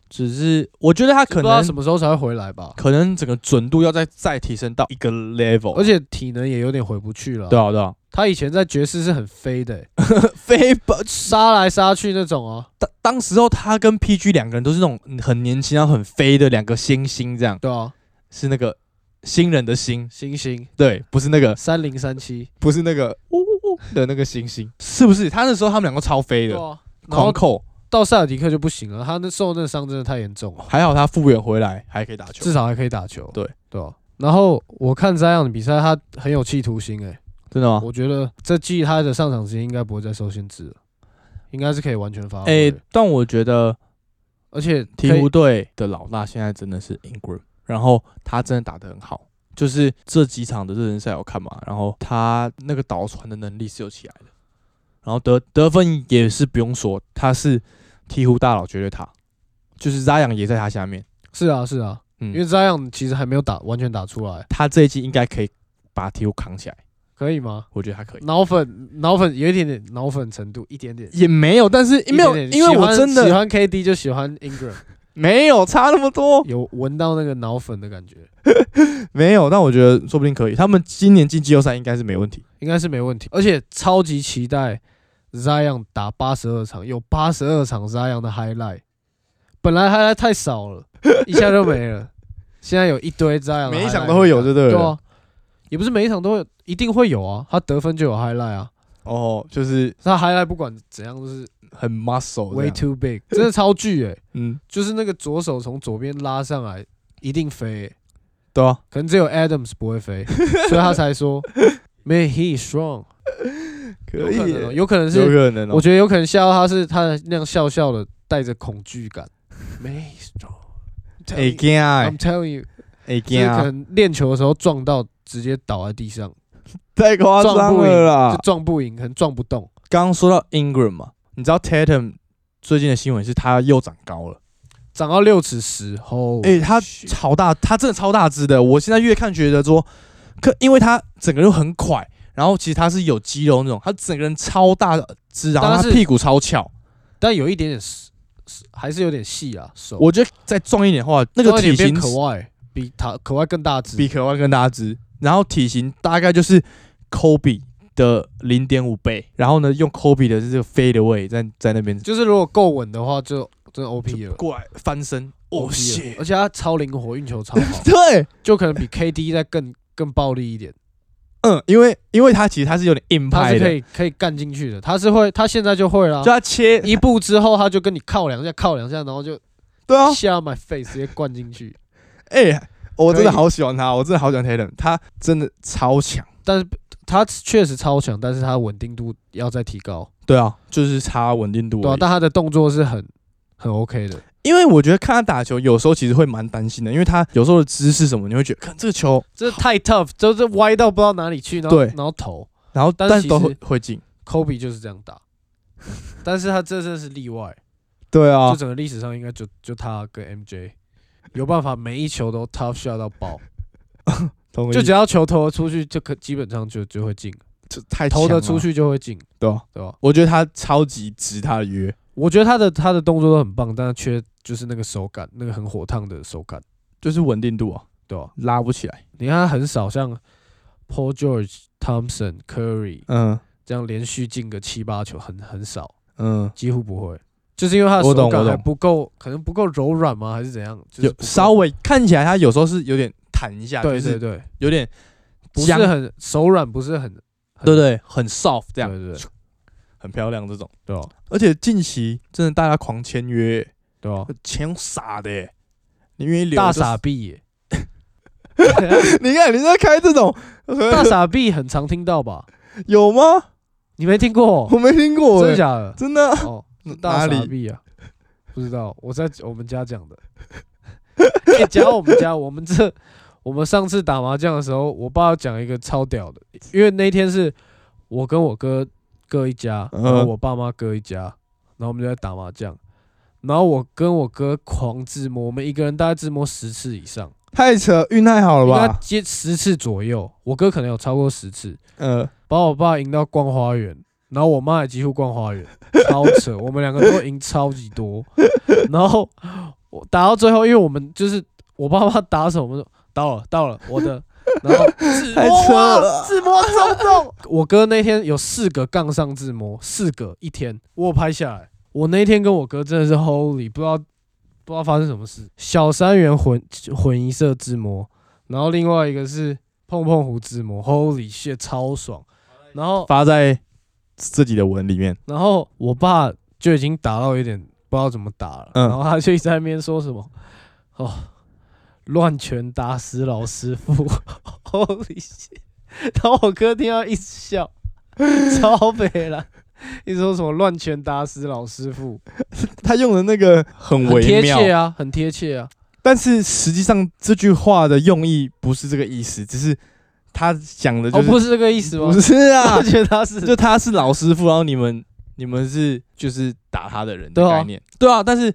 [SPEAKER 1] 只是我觉得他
[SPEAKER 2] 不
[SPEAKER 1] 可
[SPEAKER 2] 知道
[SPEAKER 1] 能
[SPEAKER 2] 什么时候才会回来吧，
[SPEAKER 1] 可能整个准度要再再提升到一个 level，
[SPEAKER 2] 而且体能也有点回不去了。
[SPEAKER 1] 对啊对啊，
[SPEAKER 2] 他以前在爵士是很飞的、欸
[SPEAKER 1] 非本
[SPEAKER 2] 杀来杀去那种啊，
[SPEAKER 1] 当当时候他跟 PG 两个人都是那种很年轻然后很飞的两个新星，这样
[SPEAKER 2] 对啊，
[SPEAKER 1] 是那个新人的星，
[SPEAKER 2] 星星
[SPEAKER 1] 对，不是那个
[SPEAKER 2] 三零三七，
[SPEAKER 1] 不是那个呜呜呜的那个星星，是不是？他那时候他们两个超飞的，
[SPEAKER 2] 啊，然
[SPEAKER 1] 狂
[SPEAKER 2] 后
[SPEAKER 1] 扣，
[SPEAKER 2] 到塞尔迪克就不行了，他那受那伤真的太严重了，
[SPEAKER 1] 还好他复原回来还可以打球
[SPEAKER 2] 至，少还可以打球，
[SPEAKER 1] 对
[SPEAKER 2] 对啊然后我看这样的比赛，他很有企图心诶、欸
[SPEAKER 1] 真的吗？
[SPEAKER 2] 我觉得这季他的上场时间应该不会再受限制了，应该是可以完全发挥
[SPEAKER 1] 哎、
[SPEAKER 2] 的，
[SPEAKER 1] 但我觉得
[SPEAKER 2] 而且
[SPEAKER 1] 鹈
[SPEAKER 2] 可以
[SPEAKER 1] 鹕队的老大现在真的是 Ingram，然后他真的打得很好，就是这几场的热身赛我看嘛，然后他那个导传的能力是有起来的，然后得得分也是不用说，他是鹈鹕大佬绝对他，就是扎养也在他下面。
[SPEAKER 2] 是啊是啊，
[SPEAKER 1] 嗯
[SPEAKER 2] 因为这样其实还没有打完全打出来，
[SPEAKER 1] 他这一季应该可以把鹈鹕扛起来，
[SPEAKER 2] 可以吗？
[SPEAKER 1] 我觉得他可以。
[SPEAKER 2] 脑粉脑粉有一点点脑粉程度，一点点。
[SPEAKER 1] 也没有，但是
[SPEAKER 2] 一
[SPEAKER 1] 没有，
[SPEAKER 2] 点点
[SPEAKER 1] 因为
[SPEAKER 2] 喜
[SPEAKER 1] 我
[SPEAKER 2] 欢
[SPEAKER 1] 真
[SPEAKER 2] 喜
[SPEAKER 1] 的
[SPEAKER 2] 欢 KD 就喜欢 Ingram，
[SPEAKER 1] 没有差那么多，
[SPEAKER 2] 有闻到那个脑粉的感觉，
[SPEAKER 1] 没有。但我觉得说不定可以，他们今年进季后赛应该是没问题。
[SPEAKER 2] 应该是没问题。而且超级期待 Zion 打八十二场，有八十二场 Zion 的 highlight，本来 highlight 太少了， 一下就没了，现在有一堆 Zion，的
[SPEAKER 1] 每一
[SPEAKER 2] highlight
[SPEAKER 1] 场都会有
[SPEAKER 2] 可以
[SPEAKER 1] 就对
[SPEAKER 2] 看
[SPEAKER 1] 了
[SPEAKER 2] 对啊，也不是每一场都会有，一定会有啊，他得分就有 highlight 啊，
[SPEAKER 1] 哦，就是
[SPEAKER 2] 他 highlight 不管怎样都是
[SPEAKER 1] 很 muscle，这
[SPEAKER 2] way
[SPEAKER 1] 样
[SPEAKER 2] too big，真的超巨诶、欸
[SPEAKER 1] 嗯，
[SPEAKER 2] 就是那个左手从左边拉上来，一定飞欸、
[SPEAKER 1] 对啊，
[SPEAKER 2] 可能只有 Adams 不 会飞，所以他才说 May he strong。有
[SPEAKER 1] 可
[SPEAKER 2] 可
[SPEAKER 1] 以
[SPEAKER 2] 能哦，
[SPEAKER 1] 耶，
[SPEAKER 2] 有可能
[SPEAKER 1] 有
[SPEAKER 2] 是，
[SPEAKER 1] 可能哦
[SPEAKER 2] 我。觉得有可能吓到他是他那样笑笑的，带着恐惧感。May he strong。
[SPEAKER 1] 哎
[SPEAKER 2] Tell you-
[SPEAKER 1] 惊哎
[SPEAKER 2] I'm telling you，
[SPEAKER 1] 哎
[SPEAKER 2] 就是
[SPEAKER 1] 惊
[SPEAKER 2] 可
[SPEAKER 1] 啊，
[SPEAKER 2] 能练球的时候撞到，直接倒在地上，
[SPEAKER 1] 太夸张
[SPEAKER 2] 撞不赢
[SPEAKER 1] 了
[SPEAKER 2] 就
[SPEAKER 1] 啦！
[SPEAKER 2] 撞不赢，可能撞不动。
[SPEAKER 1] 刚刚说到 Ingram 嘛，你知道 Tatum 最近的新闻是他又长高了，
[SPEAKER 2] 长到六尺十，哦，
[SPEAKER 1] 哎、他
[SPEAKER 2] shit
[SPEAKER 1] 超大，他真的超大只的。我现在越看觉得说，可因为他整个人很快，然后其实他是有肌肉那种，他整个人超大只，然
[SPEAKER 2] 但
[SPEAKER 1] 后他
[SPEAKER 2] 是
[SPEAKER 1] 屁股超翘。
[SPEAKER 2] 但有一点点是，是还是有点细啊，手。
[SPEAKER 1] 我觉得再壮一点的话，那个
[SPEAKER 2] 撞一
[SPEAKER 1] 体
[SPEAKER 2] 点
[SPEAKER 1] 型
[SPEAKER 2] 变可爱，比他可爱更大只，
[SPEAKER 1] 比可外更大只，然后体型大概就是 Kobe 的零点五倍，然后呢用 Kobe 的这个 fade away 在在那边
[SPEAKER 2] 就是如果够稳的话，就真的 OP
[SPEAKER 1] 就
[SPEAKER 2] 了。
[SPEAKER 1] 过来翻身，哦
[SPEAKER 2] OP 了
[SPEAKER 1] 谢，，
[SPEAKER 2] 而且他超灵活，运球超好
[SPEAKER 1] 对，
[SPEAKER 2] 就可能比 KD 再更更暴力一点。
[SPEAKER 1] 嗯，因为因为他其实他是有点硬
[SPEAKER 2] 他
[SPEAKER 1] 派
[SPEAKER 2] 是可
[SPEAKER 1] 的，
[SPEAKER 2] 以啊可以干进去的，他是会，他现在就会啦
[SPEAKER 1] 就。他切
[SPEAKER 2] 一步之后，他就跟你靠两下，靠两下，然后就
[SPEAKER 1] 对啊，
[SPEAKER 2] 下 my face 直接灌进去。
[SPEAKER 1] 哎、我真的
[SPEAKER 2] 可以
[SPEAKER 1] 好喜欢他，我真的好喜欢 Tatum，他真的超强。
[SPEAKER 2] 但是他确实超强，但是他稳定度要再提高，
[SPEAKER 1] 对啊，就是差稳定度
[SPEAKER 2] 对啊
[SPEAKER 1] 而，已。
[SPEAKER 2] 但他的动作是很很 OK 的，
[SPEAKER 1] 因为我觉得看他打球，有时候其实会蛮担心的，因为他有时候的姿势什么，你会觉得看这个球，
[SPEAKER 2] 这太 tough，就是歪到不知道哪里去，然后
[SPEAKER 1] 对
[SPEAKER 2] 然后投。
[SPEAKER 1] 然后
[SPEAKER 2] 但
[SPEAKER 1] 但
[SPEAKER 2] 是
[SPEAKER 1] 是都
[SPEAKER 2] 其
[SPEAKER 1] 会
[SPEAKER 2] 实
[SPEAKER 1] 会进。
[SPEAKER 2] Kobe 就是这样打， 但是他这真的是例外，
[SPEAKER 1] 对啊
[SPEAKER 2] 就，整个历史上应该就就他跟 MJ 有办法每一球都 tough shot 到爆，
[SPEAKER 1] 同意
[SPEAKER 2] 就只要球投得出去，就可基本上就就会进，
[SPEAKER 1] 这太
[SPEAKER 2] 投得
[SPEAKER 1] 的
[SPEAKER 2] 出，去就会进，
[SPEAKER 1] 对啊，
[SPEAKER 2] 对吧？
[SPEAKER 1] 我觉得他超级值他的约。
[SPEAKER 2] 我觉得他的他的动作都很棒，但是缺就是那个手感，那个很火烫的手感，
[SPEAKER 1] 就是稳定度啊，
[SPEAKER 2] 对吧？
[SPEAKER 1] 拉不起来。
[SPEAKER 2] 你看他很少像 Paul George、Thompson、Curry
[SPEAKER 1] 嗯
[SPEAKER 2] 这样连续进个七八球，很很少，
[SPEAKER 1] 嗯，
[SPEAKER 2] 几乎不会。就是因为他的
[SPEAKER 1] 我
[SPEAKER 2] 手
[SPEAKER 1] 懂
[SPEAKER 2] 感
[SPEAKER 1] 我
[SPEAKER 2] 还
[SPEAKER 1] 懂
[SPEAKER 2] 不够，可能不够柔软吗？还是怎样？就是
[SPEAKER 1] 有
[SPEAKER 2] 不够
[SPEAKER 1] 稍微看起来他有时候是有点弹一下，
[SPEAKER 2] 对
[SPEAKER 1] 就
[SPEAKER 2] 对
[SPEAKER 1] 是
[SPEAKER 2] 对，
[SPEAKER 1] 有点
[SPEAKER 2] 不
[SPEAKER 1] 僵
[SPEAKER 2] 是很手软，不是很很
[SPEAKER 1] 对对，很 soft 这
[SPEAKER 2] 对
[SPEAKER 1] 样，
[SPEAKER 2] 对对
[SPEAKER 1] 很漂亮这种。
[SPEAKER 2] 对吧？
[SPEAKER 1] 而且近期真的大家狂签约，
[SPEAKER 2] 对吧？
[SPEAKER 1] 钱用哦傻的耶，你愿意留
[SPEAKER 2] 大
[SPEAKER 1] 就
[SPEAKER 2] 傻
[SPEAKER 1] 是？
[SPEAKER 2] 逼耶，
[SPEAKER 1] 你看你在开这种，
[SPEAKER 2] 大傻逼很常听到吧？
[SPEAKER 1] 有吗？
[SPEAKER 2] 你没听过
[SPEAKER 1] 我？没听过
[SPEAKER 2] 真的
[SPEAKER 1] 耶，
[SPEAKER 2] 假的？
[SPEAKER 1] 真的啊
[SPEAKER 2] 哦，
[SPEAKER 1] 哪
[SPEAKER 2] 大傻
[SPEAKER 1] 里？
[SPEAKER 2] 逼啊！不知道，我在我们家讲的。 哎，讲到我们家，我们这我们上次打麻将的时候，我爸讲一个超屌的，因为那天是我跟我哥各一家，
[SPEAKER 1] 嗯
[SPEAKER 2] 然后我爸妈各一家，然后我们就在打麻将，然后我跟我哥狂自摸，我们一个人大概自摸十次以上，
[SPEAKER 1] 太扯，运太好了
[SPEAKER 2] 应该
[SPEAKER 1] 吧？
[SPEAKER 2] 接十次左右，我哥可能有超过十次，
[SPEAKER 1] 呃，
[SPEAKER 2] 把我爸赢到逛花园，然后我妈也几乎逛花园，超扯，我们两个都赢超级多。然后我打到最后，因为我们就是我爸妈打什么，我们说到了到了我的，然后自
[SPEAKER 1] 太扯
[SPEAKER 2] 摸啊
[SPEAKER 1] 了
[SPEAKER 2] 自摸中中。我哥那天有四个杠上自摸，四个一天，我有拍下来。我那天跟我哥真的是 holy，不知道不知道发生什么事。小三元混混一色自摸，然后另外一个是碰碰胡自摸，holy shit 超爽。然后
[SPEAKER 1] 发在自己的文里面，
[SPEAKER 2] 然后我爸就已经打到有点不知道怎么打了，
[SPEAKER 1] 嗯
[SPEAKER 2] 然后他就一直在那边说什么，哦，乱拳打死老师傅 ，Holy shit！然后我哥听到一直笑，超北了，一直说什么乱拳打死老师傅，
[SPEAKER 1] 他用的那个很
[SPEAKER 2] 很贴
[SPEAKER 1] 微妙，
[SPEAKER 2] 切啊，很贴切啊，
[SPEAKER 1] 但是实际上这句话的用意不是这个意思，只是他讲的就
[SPEAKER 2] 哦，
[SPEAKER 1] 是、
[SPEAKER 2] 不是这个意思吗？
[SPEAKER 1] 不是啊
[SPEAKER 2] 乱，拳打死，
[SPEAKER 1] 就他是老师傅，然后你们你们是就是打他的人
[SPEAKER 2] 对
[SPEAKER 1] 的
[SPEAKER 2] 啊
[SPEAKER 1] 概念，对啊，但是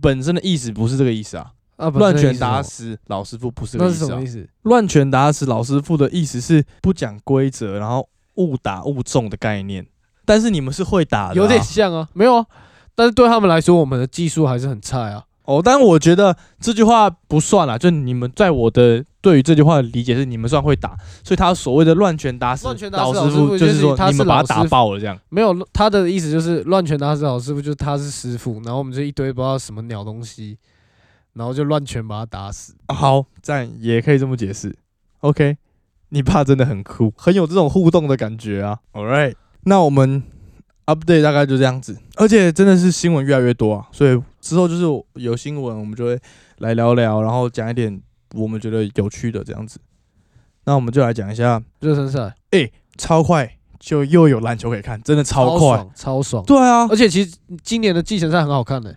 [SPEAKER 1] 本身的意思不是这个意思啊，
[SPEAKER 2] 啊，本
[SPEAKER 1] 乱
[SPEAKER 2] 身的
[SPEAKER 1] 拳
[SPEAKER 2] 意思
[SPEAKER 1] 打
[SPEAKER 2] 是什
[SPEAKER 1] 死老师傅不是这
[SPEAKER 2] 么，
[SPEAKER 1] 个
[SPEAKER 2] 那
[SPEAKER 1] 意
[SPEAKER 2] 是什
[SPEAKER 1] 思啊
[SPEAKER 2] 么意，思？
[SPEAKER 1] 乱拳打死老师傅的意思是不讲规则，然后误打误中的概念，但是你们是会打的啊、
[SPEAKER 2] 有点像啊，没有啊，但是对他们来说，我们的技术还是很菜啊。
[SPEAKER 1] 哦，但我觉得这句话不算啦，就你们在我的对于这句话的理解是你们算会打，所以他所谓的乱拳打死
[SPEAKER 2] 乱拳打死
[SPEAKER 1] 师
[SPEAKER 2] 老师傅
[SPEAKER 1] 就
[SPEAKER 2] 就是
[SPEAKER 1] 说
[SPEAKER 2] 他是
[SPEAKER 1] 你们把他
[SPEAKER 2] 老
[SPEAKER 1] 打
[SPEAKER 2] 师傅
[SPEAKER 1] 爆了这样。
[SPEAKER 2] 没有，他的意思就是乱拳打死老师傅，就是他是师傅，然后我们就一堆不知道什么鸟东西，然后就乱拳把他打死。
[SPEAKER 1] 啊 好，赞，也可以这么解释。OK，你爸真的很酷，很有这种互动的感觉啊。All right，那我们 update 大概就这样子，而且真的是新闻越来越多啊，所以之后就是有新闻我们就会来聊聊，然后讲一点我们觉得有趣的这样子。那我们就来讲一下，
[SPEAKER 2] 热身赛
[SPEAKER 1] 超快就又有篮球可以看，真的超快。
[SPEAKER 2] 爽，超爽。
[SPEAKER 1] 对啊，
[SPEAKER 2] 而且其实今年的季前赛很好看呢、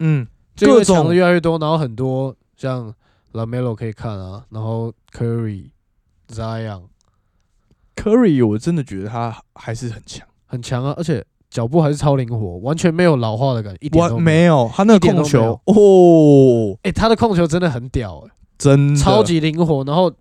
[SPEAKER 1] 嗯，
[SPEAKER 2] 就因为
[SPEAKER 1] 各种
[SPEAKER 2] 抢的越来越多，然后很多像 Lamelo 可以看啊，然后 Curry、Zion
[SPEAKER 1] Curry 我真的觉得他还是很强，
[SPEAKER 2] 很强啊，而且脚步还是超灵活，完全没有老化的感觉，一点
[SPEAKER 1] 我
[SPEAKER 2] 都
[SPEAKER 1] 没
[SPEAKER 2] 有。
[SPEAKER 1] 有他那
[SPEAKER 2] 一
[SPEAKER 1] 个
[SPEAKER 2] 点都
[SPEAKER 1] 控
[SPEAKER 2] 没
[SPEAKER 1] 球哦，
[SPEAKER 2] 哎、他的控球真的很屌、欸，
[SPEAKER 1] 真的呃
[SPEAKER 2] 超级灵活，然后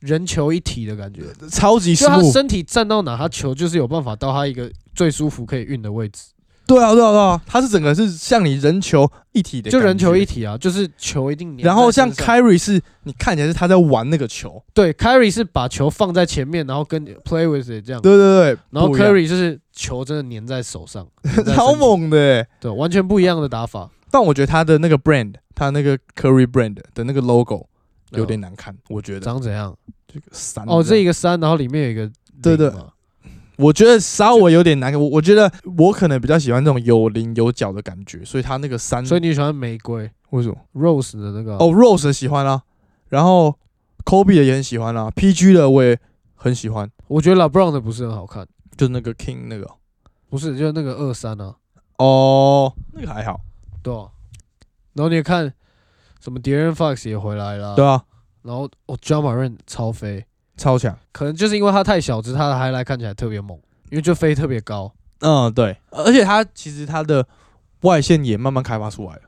[SPEAKER 2] 人球一体的感觉。
[SPEAKER 1] 超级
[SPEAKER 2] 就
[SPEAKER 1] smooth
[SPEAKER 2] 他身体站到哪，他球就是有办法到他一个最舒服可以运的位置，
[SPEAKER 1] 对啊对啊对啊，他是整个是像你人球一体的，
[SPEAKER 2] 就人球一。体啊，就是球一定粘在身上。
[SPEAKER 1] 然后像 Kyrie 是你看起来是他在玩那个球，
[SPEAKER 2] 对 Curry 是把球放在前面，然后跟 play with it 这样，
[SPEAKER 1] 对对对，
[SPEAKER 2] 然后
[SPEAKER 1] 不一样
[SPEAKER 2] Curry 就是球真的粘在手上， 粘在身体
[SPEAKER 1] 超，猛的欸、
[SPEAKER 2] 对，完全不一样的打法，
[SPEAKER 1] 但我觉得他的那个 brand，他那个 Curry brand 的那个 logo 有点难看，我觉
[SPEAKER 2] 嗯
[SPEAKER 1] 得
[SPEAKER 2] 长怎样？
[SPEAKER 1] 这个三
[SPEAKER 2] 哦，这一
[SPEAKER 1] 个
[SPEAKER 2] 个三，然后里面有一个
[SPEAKER 1] 对对
[SPEAKER 2] 零嘛
[SPEAKER 1] 我觉得稍微有点难看。我我觉得我可能比较喜欢这种有棱有角的感觉，所以他那个三，
[SPEAKER 2] 所以嗯你喜欢玫瑰
[SPEAKER 1] 为什么？
[SPEAKER 2] Rose 的那个
[SPEAKER 1] 哦，Rose 的喜欢啊，然后 Kobe 的也很喜欢啊，PG 的我也很喜欢，
[SPEAKER 2] 我觉得 LeBron 的不是很好看，
[SPEAKER 1] 就是那个 King 那个。
[SPEAKER 2] 不是就是那个二三啊，
[SPEAKER 1] 哦，那个还好。
[SPEAKER 2] 对啊然后你也看什么 Deron Fox 也回来了，
[SPEAKER 1] 对啊，
[SPEAKER 2] 然后哦 j a m a r a n 超飞，
[SPEAKER 1] 超强。
[SPEAKER 2] 可能就是因为他太小只，他的 high light 看起来特别猛，因为就飞特别高，
[SPEAKER 1] 嗯，对，而且他其实他的外线也慢慢开发出来了，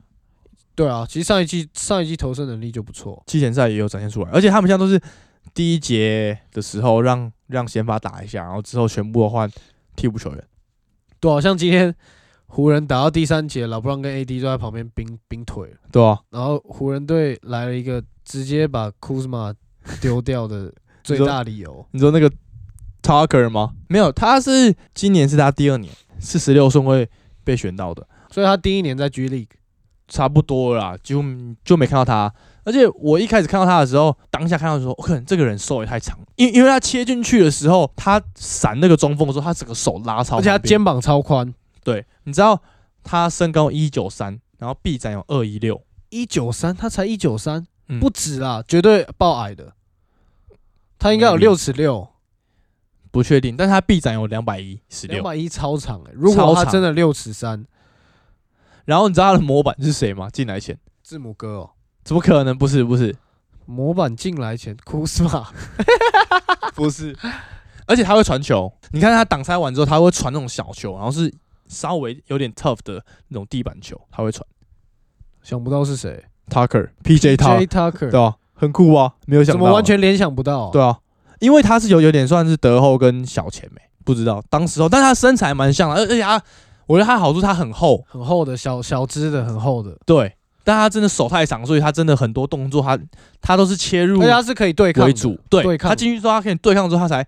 [SPEAKER 2] 对啊，其实上一季上一季投射能力就不错，
[SPEAKER 1] 季前赛也有展现出来，而且他们现在都是第一节的时候让让先发打一下，然后之后全部都换替补球员。
[SPEAKER 2] 对啊，像今天湖人打到第三节，老布朗跟 AD 就在旁边冰冰腿了，
[SPEAKER 1] 对啊，
[SPEAKER 2] 然后湖人队来了一个直接把 Kuzma 丢掉的最大理由，
[SPEAKER 1] 你说那个 Tucker 吗？没有，他是今年是他第二年，四十六顺位被选到的，
[SPEAKER 2] 所以他第一年在 G League
[SPEAKER 1] 差不多了啦，几乎就没看到他。而且我一开始看到他的时候，当下看到的时候，我可能这个人手也太长，因因为他切进去的时候，他闪那个中锋的时候，他整个手拉超旁边，
[SPEAKER 2] 而且他肩膀超宽，
[SPEAKER 1] 对，你知道他身高一九三，然后臂展有二一六，
[SPEAKER 2] 一九三，他才一九三
[SPEAKER 1] 嗯，
[SPEAKER 2] 不止啦，绝对爆矮的，他应该有
[SPEAKER 1] Maybe
[SPEAKER 2] 六尺六。
[SPEAKER 1] 不确定，但是他臂展有两百一十
[SPEAKER 2] 两
[SPEAKER 1] 六。
[SPEAKER 2] 百一超长哎、如果他
[SPEAKER 1] 超长
[SPEAKER 2] 真的六尺三，
[SPEAKER 1] 然后你知道他的模板是谁吗？进来前
[SPEAKER 2] 字母哥哦，
[SPEAKER 1] 怎么可能不是？不是，
[SPEAKER 2] 模板进来前哭是 吧？
[SPEAKER 1] 不是，而且他会传球。你看他挡拆完之后，他会传那种小球，然后是稍微有点 tough 的那种地板球，他会传。
[SPEAKER 2] 想不到是谁
[SPEAKER 1] Tucker PJ
[SPEAKER 2] J
[SPEAKER 1] Tucker，
[SPEAKER 2] Tucker，
[SPEAKER 1] 对啊，很酷啊，没有想
[SPEAKER 2] 怎
[SPEAKER 1] 到
[SPEAKER 2] 么
[SPEAKER 1] 啊
[SPEAKER 2] 完全联想不到、啊？
[SPEAKER 1] 对啊，因为他是有有点算是德后跟小前没、不知道当时候，但他身材蛮像的，而而且他，我觉得他好处他很厚，
[SPEAKER 2] 很厚的小小只的，很厚的，
[SPEAKER 1] 对，但他真的手太长，所以他真的很多动作他他都是切入
[SPEAKER 2] 而且它哎是可以对抗的
[SPEAKER 1] 为主，对，
[SPEAKER 2] 对抗
[SPEAKER 1] 他进去之后他可以对抗之后他才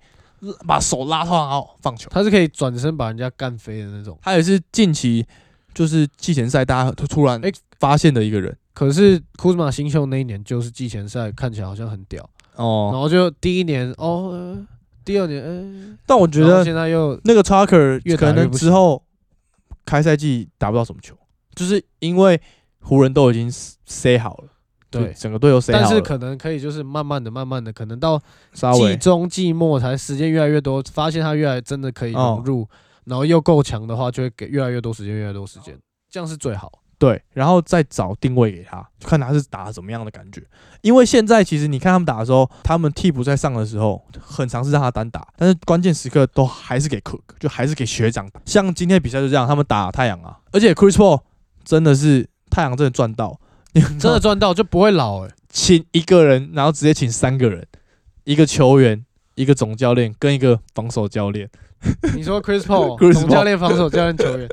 [SPEAKER 1] 把手拉到然后放球。
[SPEAKER 2] 它是可以转身把人家干飞的那种。
[SPEAKER 1] 他也是近期就是季前赛大家突突然
[SPEAKER 2] 哎
[SPEAKER 1] 发现的一个人
[SPEAKER 2] 可是库兹马新秀那一年就是季前赛，看起来好像很屌，然
[SPEAKER 1] 哦，
[SPEAKER 2] 后就第一年哦、呃第二年嗯、
[SPEAKER 1] 但我觉
[SPEAKER 2] 然后
[SPEAKER 1] 得
[SPEAKER 2] 现在又
[SPEAKER 1] 那个 Tucker
[SPEAKER 2] 越
[SPEAKER 1] 可
[SPEAKER 2] 打越
[SPEAKER 1] 能
[SPEAKER 2] 不
[SPEAKER 1] 之后开赛季打不到什么球，就是因为湖人都已经塞好了，就
[SPEAKER 2] 对。
[SPEAKER 1] 整个队友塞好了，
[SPEAKER 2] 但是可能可以，就是慢慢的、慢慢的，可能到
[SPEAKER 1] 稍
[SPEAKER 2] 季
[SPEAKER 1] 微
[SPEAKER 2] 中、季末才时间越来越多，发现他越来
[SPEAKER 1] 哦
[SPEAKER 2] 真的可以融入，然后又够强的话，就会给越来越多时间，越来越多时间，这样是最好。
[SPEAKER 1] 对，然后再找定位给他，看他是打怎么样的感觉。因为现在其实你看他们打的时候，他们替补在上的时候，很常是让他单打，但是关键时刻都还是给 Cook，就还是给学长打。像今天比赛就这样，他们打太阳啊，而且 Chris Paul 真的是太阳真的赚到，嗯
[SPEAKER 2] 真的赚到就不会 老哎、
[SPEAKER 1] 请一个人，然后直接请三个人，一个球员，一个总教练跟一个防守教练。
[SPEAKER 2] 你说 Chris Paul
[SPEAKER 1] Chris
[SPEAKER 2] 总
[SPEAKER 1] Paul
[SPEAKER 2] 教练、防守教练、球员，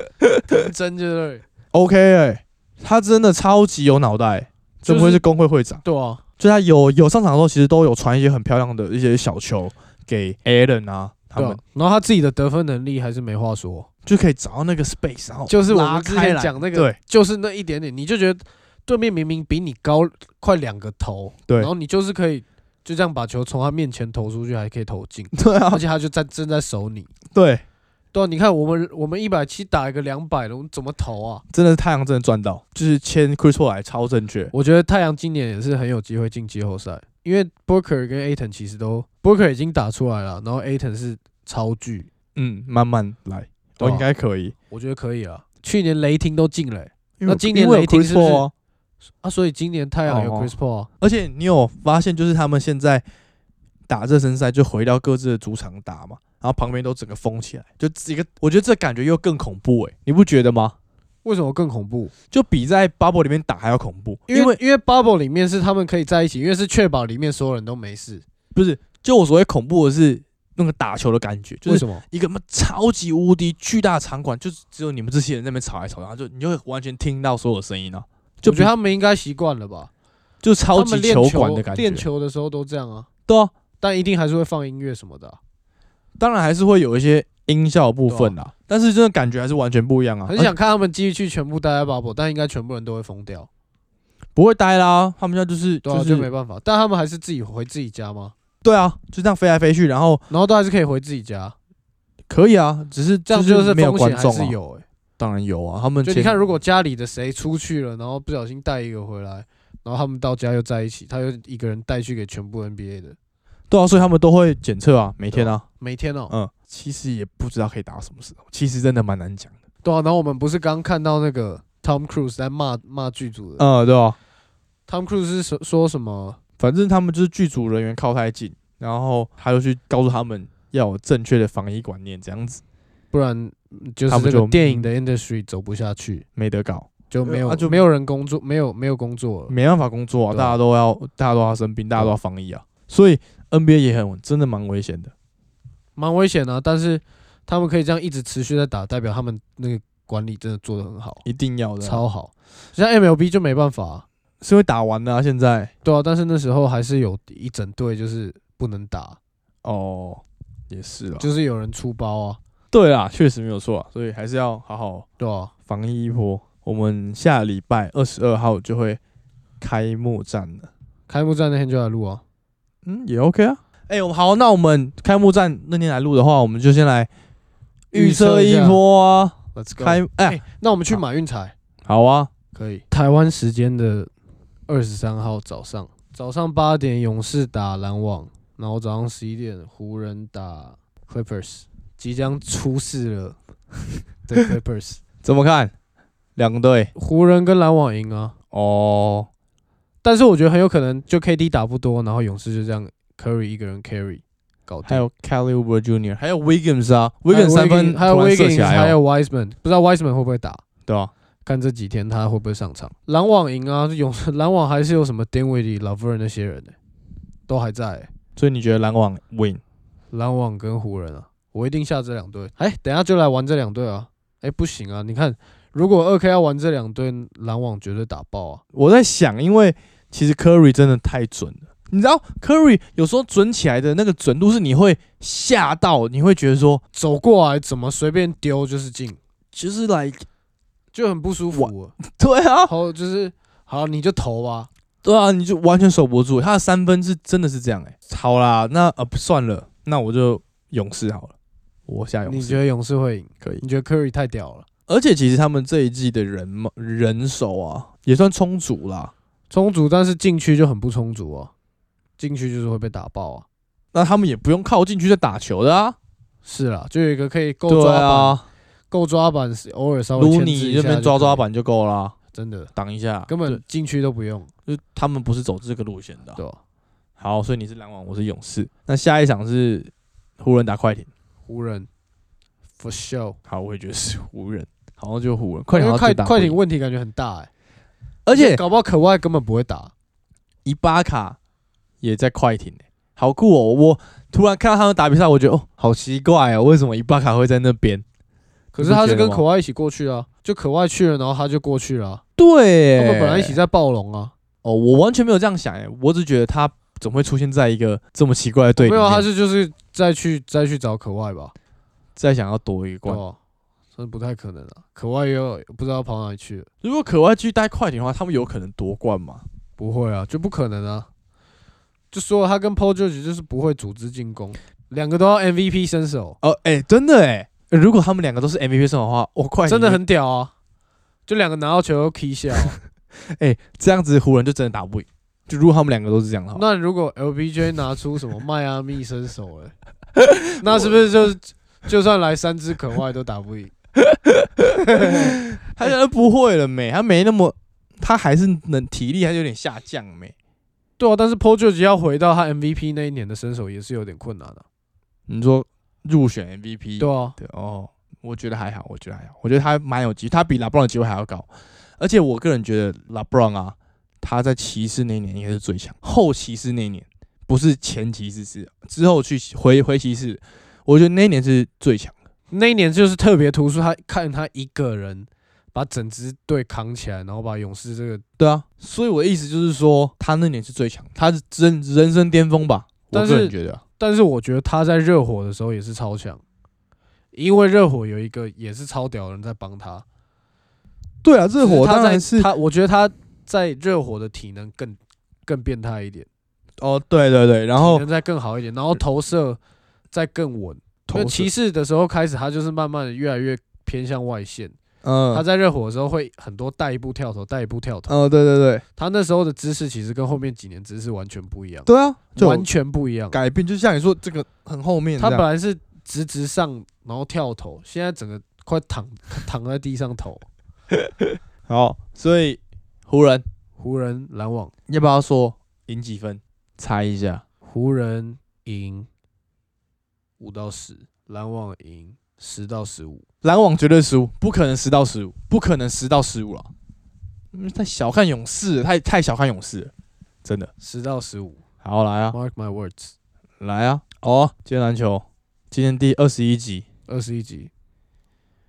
[SPEAKER 2] 真就是。
[SPEAKER 1] OK，、欸、他真的超级有脑袋、
[SPEAKER 2] 就
[SPEAKER 1] 怎
[SPEAKER 2] 是
[SPEAKER 1] 么会是工会会长？
[SPEAKER 2] 对啊，
[SPEAKER 1] 就他有有上场的时候，其实都有传一些很漂亮的一些小球给 Allen 啊，他
[SPEAKER 2] 对
[SPEAKER 1] 们、
[SPEAKER 2] 啊，然后他自己的得分能力还是没话说，
[SPEAKER 1] 就可以找到那个 space，然后
[SPEAKER 2] 就是我
[SPEAKER 1] 拉
[SPEAKER 2] 们之
[SPEAKER 1] 开
[SPEAKER 2] 前
[SPEAKER 1] 来
[SPEAKER 2] 讲那个，
[SPEAKER 1] 对
[SPEAKER 2] 就是那一点点，你就觉得对面明明比你高快两个头，
[SPEAKER 1] 对
[SPEAKER 2] 然后你就是可以就这样把球从他面前投出去，还可以投进，
[SPEAKER 1] 对啊
[SPEAKER 2] 而且他就在正在守你。
[SPEAKER 1] 对，
[SPEAKER 2] 对啊，你看我们我们一百七打一个两百的，我们怎么投啊？
[SPEAKER 1] 真的是太阳真的赚到，就是签 Chris Paul 来超正确，
[SPEAKER 2] 我觉得太阳今年也是很有机会进季后赛，因为 Booker 跟 Aton 其实都 Booker 已经打出来了，然后 Aton 是超巨，
[SPEAKER 1] 嗯，慢慢来，
[SPEAKER 2] 对
[SPEAKER 1] 我
[SPEAKER 2] 啊
[SPEAKER 1] 应该可以。
[SPEAKER 2] 我觉得可以啊。去年雷霆都进了欸、
[SPEAKER 1] 因为
[SPEAKER 2] 那今年
[SPEAKER 1] 因为有
[SPEAKER 2] 雷霆
[SPEAKER 1] Chris
[SPEAKER 2] 是不是
[SPEAKER 1] Paul 啊
[SPEAKER 2] 啊，所以今年太阳有
[SPEAKER 1] 哦
[SPEAKER 2] Chris Paul，、啊、
[SPEAKER 1] 而且你有发现，就是他们现在打热身赛就回到各自的主场打嘛，然后旁边都整个封起来，就一个，我觉得这感觉又更恐怖诶、你不觉得吗？
[SPEAKER 2] 为什么更恐怖？
[SPEAKER 1] 就比在 bubble 里面打还要恐怖，
[SPEAKER 2] 因为因为 Bubble 里面是他们可以在一起，因为是确保里面所有人都没事。
[SPEAKER 1] 不是，就我所谓恐怖的是那个打球的感觉，就
[SPEAKER 2] 为
[SPEAKER 1] 是
[SPEAKER 2] 什么？
[SPEAKER 1] 一个什么超级无敌巨大的场馆，就是只有你们这些人在那边吵来吵去，然后就你就会完全听到所有声音啊，就
[SPEAKER 2] 我觉
[SPEAKER 1] 比
[SPEAKER 2] 得他们应该习惯了吧？
[SPEAKER 1] 就超
[SPEAKER 2] 他
[SPEAKER 1] 级
[SPEAKER 2] 们练
[SPEAKER 1] 馆的感觉
[SPEAKER 2] 练，球的时候都这样啊，
[SPEAKER 1] 对啊，
[SPEAKER 2] 但一定还是会放音乐什么的啊、
[SPEAKER 1] 当然还是会有一些音效的部分啦，但是真的感觉还是完全不一样啊，
[SPEAKER 2] 啊很想看他们继续全部待在 Bubble，但应该全部人都会疯掉，
[SPEAKER 1] 而且不会呆啦，他们现在就是
[SPEAKER 2] 对啊，
[SPEAKER 1] 就
[SPEAKER 2] 就没
[SPEAKER 1] 是
[SPEAKER 2] 办法。但他们还是自己回自己家吗？
[SPEAKER 1] 对啊，就这样飞来飞去，然后
[SPEAKER 2] 然后都还是可以回自己家，
[SPEAKER 1] 可以啊，只是
[SPEAKER 2] 这样
[SPEAKER 1] 就
[SPEAKER 2] 就是
[SPEAKER 1] 没有
[SPEAKER 2] 风
[SPEAKER 1] 观
[SPEAKER 2] 险还
[SPEAKER 1] 众
[SPEAKER 2] 是
[SPEAKER 1] 啊，
[SPEAKER 2] 有、欸。
[SPEAKER 1] 当然有啊，他们
[SPEAKER 2] 就你
[SPEAKER 1] 前
[SPEAKER 2] 看，如果家里的谁出去了，然后不小心带一个回来，然后他们到家又在一起，他又一个人带去给全部 NBA 的，
[SPEAKER 1] 对啊，所以他们都会检测啊，每天啊，
[SPEAKER 2] 每天哦、
[SPEAKER 1] 嗯，其实也不知道可以打到什么时候，其实真的蛮难讲的。
[SPEAKER 2] 对啊。然后我们不是刚看到那个 Tom Cruise 在骂骂剧组的、
[SPEAKER 1] 嗯，对啊，
[SPEAKER 2] t o m Cruise 是说说什么？
[SPEAKER 1] 反正他们就是剧组人员靠太近，然后他就去告诉他们要有正确的防疫观念，这样子
[SPEAKER 2] 不然嗯就是
[SPEAKER 1] 他们
[SPEAKER 2] 这个
[SPEAKER 1] 就
[SPEAKER 2] 电影的 industry 走不下去，
[SPEAKER 1] 没得搞，
[SPEAKER 2] 就没有、
[SPEAKER 1] 啊就
[SPEAKER 2] 没有人工作，没有没有工作了。
[SPEAKER 1] 没办法工作啊，
[SPEAKER 2] 对啊
[SPEAKER 1] 大家都要大家都要生病，大家都要防疫啊，所以 NBA 也很真的蛮危险的。
[SPEAKER 2] 蛮危险的啊、但是他们可以这样一直持续在打，代表他们那个管理真的做得很好，
[SPEAKER 1] 一定要的啊、
[SPEAKER 2] 超好。像 MLB 就没办法啊、
[SPEAKER 1] 是因为打完了、啊、现在
[SPEAKER 2] 对啊，但是那时候还是有一整队就是不能打，
[SPEAKER 1] 哦，也是啊，
[SPEAKER 2] 就是有人出包啊，
[SPEAKER 1] 对啊，确实没有错啊，所以还是要好好
[SPEAKER 2] 对啊，
[SPEAKER 1] 防疫一波。我们下礼拜二十二号就会开幕战了，
[SPEAKER 2] 开幕战那天就来录啊，
[SPEAKER 1] 嗯，也 OK 啊。哎、我们好，那我们开幕战那天来录的话，我们就先来预测一
[SPEAKER 2] 下
[SPEAKER 1] 波啊，
[SPEAKER 2] ，Let's go。
[SPEAKER 1] 开哎、
[SPEAKER 2] 哎、那我们去
[SPEAKER 1] 好
[SPEAKER 2] 马运彩，
[SPEAKER 1] 好啊，
[SPEAKER 2] 可以。台湾时间的二十三号早上，早上八点勇士打篮网，然后早上十一点湖人打 Clippers，即将出事 了的 Clippers，
[SPEAKER 1] 怎么看？两队
[SPEAKER 2] 湖人跟篮网赢啊，
[SPEAKER 1] 哦，
[SPEAKER 2] 但是我觉得很有可能就 KD 打不多，然后勇士就这样 Curry 一个人 carry 搞定
[SPEAKER 1] 还。有 Caliber Junior，还有 Wiggins 啊
[SPEAKER 2] 还有
[SPEAKER 1] ，Wiggins 三分
[SPEAKER 2] Wiggins- 还有
[SPEAKER 1] 突然射起
[SPEAKER 2] Wiggins，
[SPEAKER 1] 来哦、
[SPEAKER 2] 还有 Wiseman，不知道 Wiseman 会不会打，
[SPEAKER 1] 对啊，
[SPEAKER 2] 看这几天他会不会上场。篮网赢啊，勇篮网还是有什么 Dinwiddie、Lover 那些人呢、都还在欸、
[SPEAKER 1] 所以你觉得篮网 win？
[SPEAKER 2] 篮网跟湖人啊，我一定下这两队。哎、等一下就来玩这两队啊。哎、不行啊，你看，如果二 K 要玩这两队，篮网绝对打爆啊。
[SPEAKER 1] 我在想，因为其实 Curry 真的太准了，你知道 Curry 有时候准起来的那个准度是你会吓到，你会觉得说
[SPEAKER 2] 走过来怎么随便丢就是进，
[SPEAKER 1] 就是来、like,
[SPEAKER 2] 就很不舒服啊。
[SPEAKER 1] 对啊
[SPEAKER 2] 然，后就是好，你就投吧。
[SPEAKER 1] 对啊，你就完全守不住。他的三分是真的是这样哎、好啦，那呃不算了，那我就勇士好了，哎我下勇
[SPEAKER 2] 你
[SPEAKER 1] 士
[SPEAKER 2] 觉得勇士会赢？
[SPEAKER 1] 可以。
[SPEAKER 2] 你觉得 Curry 太屌了？
[SPEAKER 1] 而且其实他们这一季的人嘛人手啊也算充足啦。
[SPEAKER 2] 充足，但是禁区就很不充足啊，禁区就是会被打爆啊。
[SPEAKER 1] 那他们也不用靠进去在打球的啊，
[SPEAKER 2] 是啦，就有一个可以够
[SPEAKER 1] 对
[SPEAKER 2] 抓板，
[SPEAKER 1] 啊，
[SPEAKER 2] 够抓板，偶尔稍微
[SPEAKER 1] 如
[SPEAKER 2] 牵制
[SPEAKER 1] 你
[SPEAKER 2] 一
[SPEAKER 1] 这
[SPEAKER 2] 下
[SPEAKER 1] 边
[SPEAKER 2] 就
[SPEAKER 1] 抓抓
[SPEAKER 2] 可以，
[SPEAKER 1] 板就够啦。
[SPEAKER 2] 真的
[SPEAKER 1] 挡一下，
[SPEAKER 2] 根本进去都不用，
[SPEAKER 1] 就就他们不是走这个路线的啊、
[SPEAKER 2] 对吧？
[SPEAKER 1] 好，所以你是篮网，我是勇士。那下一场是湖人打快艇。
[SPEAKER 2] 湖人 for sure，
[SPEAKER 1] 好，我也觉得是湖人，好像就湖人。快
[SPEAKER 2] 因
[SPEAKER 1] 艇
[SPEAKER 2] 为
[SPEAKER 1] 好像就
[SPEAKER 2] 快
[SPEAKER 1] 打
[SPEAKER 2] 快
[SPEAKER 1] 不赢
[SPEAKER 2] 艇，问题感觉很大哎，
[SPEAKER 1] 而且
[SPEAKER 2] 搞不好可外根本不会打，
[SPEAKER 1] 伊巴卡也在快艇、欸，好酷哦！我突然看到他们打比赛，我觉得哦，好奇怪哦，为什么伊巴卡会在那边？
[SPEAKER 2] 可是他是跟可
[SPEAKER 1] 外
[SPEAKER 2] 外一起过去啊，就可外去了，然后他就过去了啊，
[SPEAKER 1] 对
[SPEAKER 2] 他
[SPEAKER 1] 欸，
[SPEAKER 2] 们本来一起在暴龙啊，
[SPEAKER 1] 哦，我完全没有这样想哎、我只觉得他怎么会出现在一个这么奇怪的队
[SPEAKER 2] 哦没
[SPEAKER 1] 里面？
[SPEAKER 2] 有，啊他是就是再去再去找可外 吧，
[SPEAKER 1] 在想要夺一个
[SPEAKER 2] 对
[SPEAKER 1] 冠。
[SPEAKER 2] 吧？真的不太可能啊，可外又不知道跑哪里去了，
[SPEAKER 1] 如果可外继续待快艇的话，他们有可能夺冠吗？
[SPEAKER 2] 不会啊，就不可能啊，就说了他跟 Paul George 就是不会组织进攻，两个都要 MVP 身手，
[SPEAKER 1] 哦，哎、真的哎、呃如果他们两个都是 MVP 上的话，我、快艇
[SPEAKER 2] 真的很屌啊，就两个拿到球都 K 笑啊、
[SPEAKER 1] 这样子，湖人就真的打不赢。就如果他们两个都是这样的话，
[SPEAKER 2] 那如果 LBJ 拿出什么迈阿密身手、欸，那是不是就是就算来三支可外都打不赢？
[SPEAKER 1] 他现在不会了没？他没那么，他还是能体力还是有点下降没？
[SPEAKER 2] 对啊，但是 Paul George 要回到他 MVP 那一年的身手也是有点困难的、啊
[SPEAKER 1] 你说入选 MVP
[SPEAKER 2] 对啊，
[SPEAKER 1] 对哦，我觉得还好，我觉得还好，我觉得他蛮有机会，他比拉布朗的机会还要高。而且我个人觉得拉布朗啊，他在骑士那一年应该是最强，后骑士那一年不是前骑士是之后去回回骑士，我觉得那一年是最强的。
[SPEAKER 2] 那一年就是特别突出，他看他一个人把整支队扛起来，然后把勇士这个，
[SPEAKER 1] 对啊，所以我的意思就是说，他那年是最强，他是人人生巅峰吧。我
[SPEAKER 2] 但
[SPEAKER 1] 个人
[SPEAKER 2] 是
[SPEAKER 1] 觉得啊、
[SPEAKER 2] 但是我觉得他在热火的时候也是超强，因为热火有一个也是超屌的人在帮他，
[SPEAKER 1] 对啊，热火
[SPEAKER 2] 只
[SPEAKER 1] 当然
[SPEAKER 2] 是
[SPEAKER 1] 是
[SPEAKER 2] 他在他，我觉得他在热火的体能更更变态一点。
[SPEAKER 1] 哦，对对对，然
[SPEAKER 2] 体
[SPEAKER 1] 后
[SPEAKER 2] 能再更好一点，然后投射再更稳。因为
[SPEAKER 1] 投
[SPEAKER 2] 骑
[SPEAKER 1] 射，
[SPEAKER 2] 士的时候开始，他就是慢慢的越来越偏向外线。
[SPEAKER 1] 嗯，
[SPEAKER 2] 他在热火的时候会很多带一步跳投，带一步跳投。
[SPEAKER 1] 哦，对对对，
[SPEAKER 2] 他那时候的姿势其实跟后面几年姿势完全不一样，
[SPEAKER 1] 对啊，就
[SPEAKER 2] 完全不一样。
[SPEAKER 1] 改变，就像你说这个很后面这
[SPEAKER 2] 他
[SPEAKER 1] 样，
[SPEAKER 2] 本来是直直上，然后跳投，现在整个快躺躺在地 上投。
[SPEAKER 1] 好，所以湖人
[SPEAKER 2] 湖人篮网，
[SPEAKER 1] 要不要说赢几分？猜一下，
[SPEAKER 2] 湖人赢五到十，篮网赢十到十五。
[SPEAKER 1] 篮网绝对十五，不可能十到十五，不可能十到十五了。嗯，太小看勇士了，太太小看勇士了，真的。
[SPEAKER 2] 十到十五
[SPEAKER 1] 好，来啊，
[SPEAKER 2] ，Mark my words，
[SPEAKER 1] 来啊，哦，今天篮球，今天第二十一集，
[SPEAKER 2] 二十一集。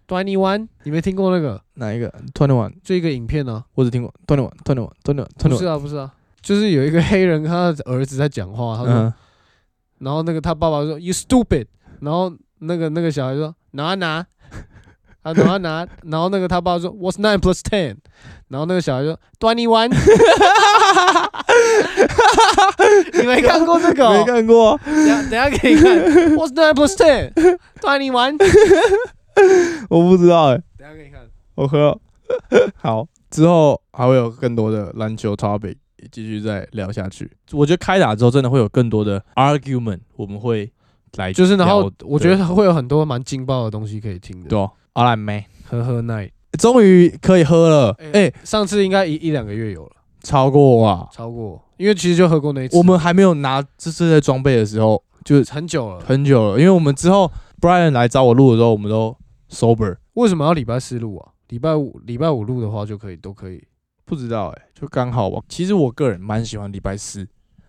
[SPEAKER 2] Twenty One，你没听过那个？
[SPEAKER 1] 哪一个？Twenty One，
[SPEAKER 2] 就一个影片呢、
[SPEAKER 1] 我只听过 Twenty One，Twenty One，Twenty
[SPEAKER 2] 啊？不
[SPEAKER 1] One，Twenty
[SPEAKER 2] 是
[SPEAKER 1] One。
[SPEAKER 2] 啊，不是啊，就是有一个黑人，他的儿子在讲话，他说，
[SPEAKER 1] 嗯，
[SPEAKER 2] 然后那个他爸爸说 “You stupid”，然后那个那个小孩说拿啊拿，他拿啊拿，然后那个他爸说 “What's nine plus ten”，然后那个小孩说 “Twenty One”，你没看过这个、
[SPEAKER 1] 没
[SPEAKER 2] 哦？
[SPEAKER 1] 看过，啊
[SPEAKER 2] 等下等下给你看 “What's nine plus ten”，Twenty One，等
[SPEAKER 1] 我不知道哎、
[SPEAKER 2] 下给你看。
[SPEAKER 1] 我喝。哦 好，之后还会有更多的篮球 topic 继续再聊下去。我觉得开打之后真的会有更多的 argument，我们会来
[SPEAKER 2] 就是，然
[SPEAKER 1] 聊
[SPEAKER 2] 后我觉得会有很多蛮劲爆的东西可以听的
[SPEAKER 1] 对。哦，阿兰妹
[SPEAKER 2] 呵呵，night，
[SPEAKER 1] 终于可以喝了，哎、
[SPEAKER 2] 哎、上次应该一一两个月有了，
[SPEAKER 1] 超过啊！
[SPEAKER 2] 超过，因为其实就喝过那一次，
[SPEAKER 1] 我们还没有拿这次的装备的时候，就
[SPEAKER 2] 很久了。
[SPEAKER 1] 很久了，因为我们之后 Brian 来找我录的时候，我们都 sober，
[SPEAKER 2] 为什么要礼拜四录啊？礼拜五礼拜五录的话就可以，都可以。
[SPEAKER 1] 不知道哎、就刚好吧。其实我个人蛮喜欢礼拜四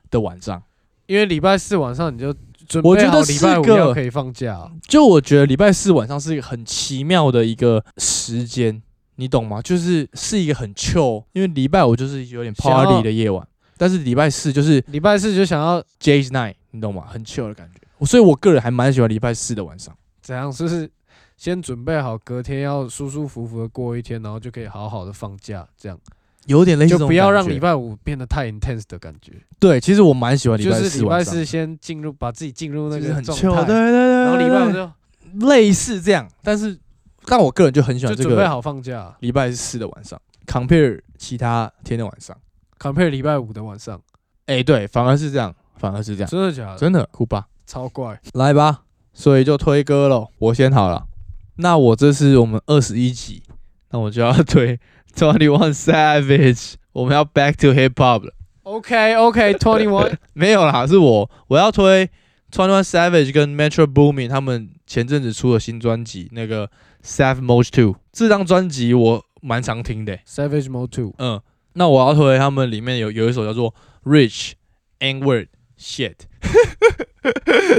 [SPEAKER 1] 的晚上。
[SPEAKER 2] 因为礼拜四晚上你就准
[SPEAKER 1] 我
[SPEAKER 2] 备
[SPEAKER 1] 觉
[SPEAKER 2] 好
[SPEAKER 1] 得
[SPEAKER 2] 礼拜五
[SPEAKER 1] 四个
[SPEAKER 2] 要可以放假啊、
[SPEAKER 1] 就我觉得礼拜四晚上是一个很奇妙的一个时间，你懂吗？就是是一个很 chill，因为礼拜五就是有点
[SPEAKER 2] 想要
[SPEAKER 1] party 的夜晚，但是礼拜四就是
[SPEAKER 2] 礼拜四就想要
[SPEAKER 1] Jazz night，你懂吗？很 chill 的感觉。我所以，我个人还蛮喜欢礼拜四的晚上。
[SPEAKER 2] 怎样，就是先准备好，隔天要舒舒服服的过一天，然后就可以好好的放假，这样
[SPEAKER 1] 有点类似
[SPEAKER 2] 就
[SPEAKER 1] 哎这种
[SPEAKER 2] 不要
[SPEAKER 1] 感
[SPEAKER 2] 让
[SPEAKER 1] 觉
[SPEAKER 2] 礼拜五变得太 intense 的感觉。
[SPEAKER 1] 对，其实我蛮喜欢啊礼
[SPEAKER 2] 就
[SPEAKER 1] 拜
[SPEAKER 2] 是
[SPEAKER 1] 四
[SPEAKER 2] 礼拜
[SPEAKER 1] 晚上，
[SPEAKER 2] 四先进入，把自己进入那
[SPEAKER 1] 就是
[SPEAKER 2] 个
[SPEAKER 1] 很
[SPEAKER 2] 状
[SPEAKER 1] chill，对对
[SPEAKER 2] 态，
[SPEAKER 1] 对对
[SPEAKER 2] 然后礼拜五
[SPEAKER 1] 对
[SPEAKER 2] 就
[SPEAKER 1] 类似这样，但是但我个人就很喜欢
[SPEAKER 2] 就
[SPEAKER 1] 这
[SPEAKER 2] 准备
[SPEAKER 1] 个
[SPEAKER 2] 好放假啊、
[SPEAKER 1] 礼拜四的晚上，compare 其他天的晚上。
[SPEAKER 2] compare 礼拜五的晚上，
[SPEAKER 1] 哎、对，反而是这样，反而是这样，
[SPEAKER 2] 真的假的？
[SPEAKER 1] 真的酷吧？
[SPEAKER 2] 超怪。
[SPEAKER 1] 来吧，所以就推歌咯，我先好了。那我这是我们二十一集，那我就要推 Twenty One Savage，我们要 back to hip hop 了。
[SPEAKER 2] OK OK Twenty One，
[SPEAKER 1] 没有啦，是我我要推 Twenty One Savage 跟 Metro Boomin 他们前阵子出的新专辑那个 Sav Mode Two，这张专辑我蛮常听的欸、
[SPEAKER 2] Savage Mode Two，
[SPEAKER 1] 嗯，那我要推他们里面有有一首叫做 Rich N Word Shit。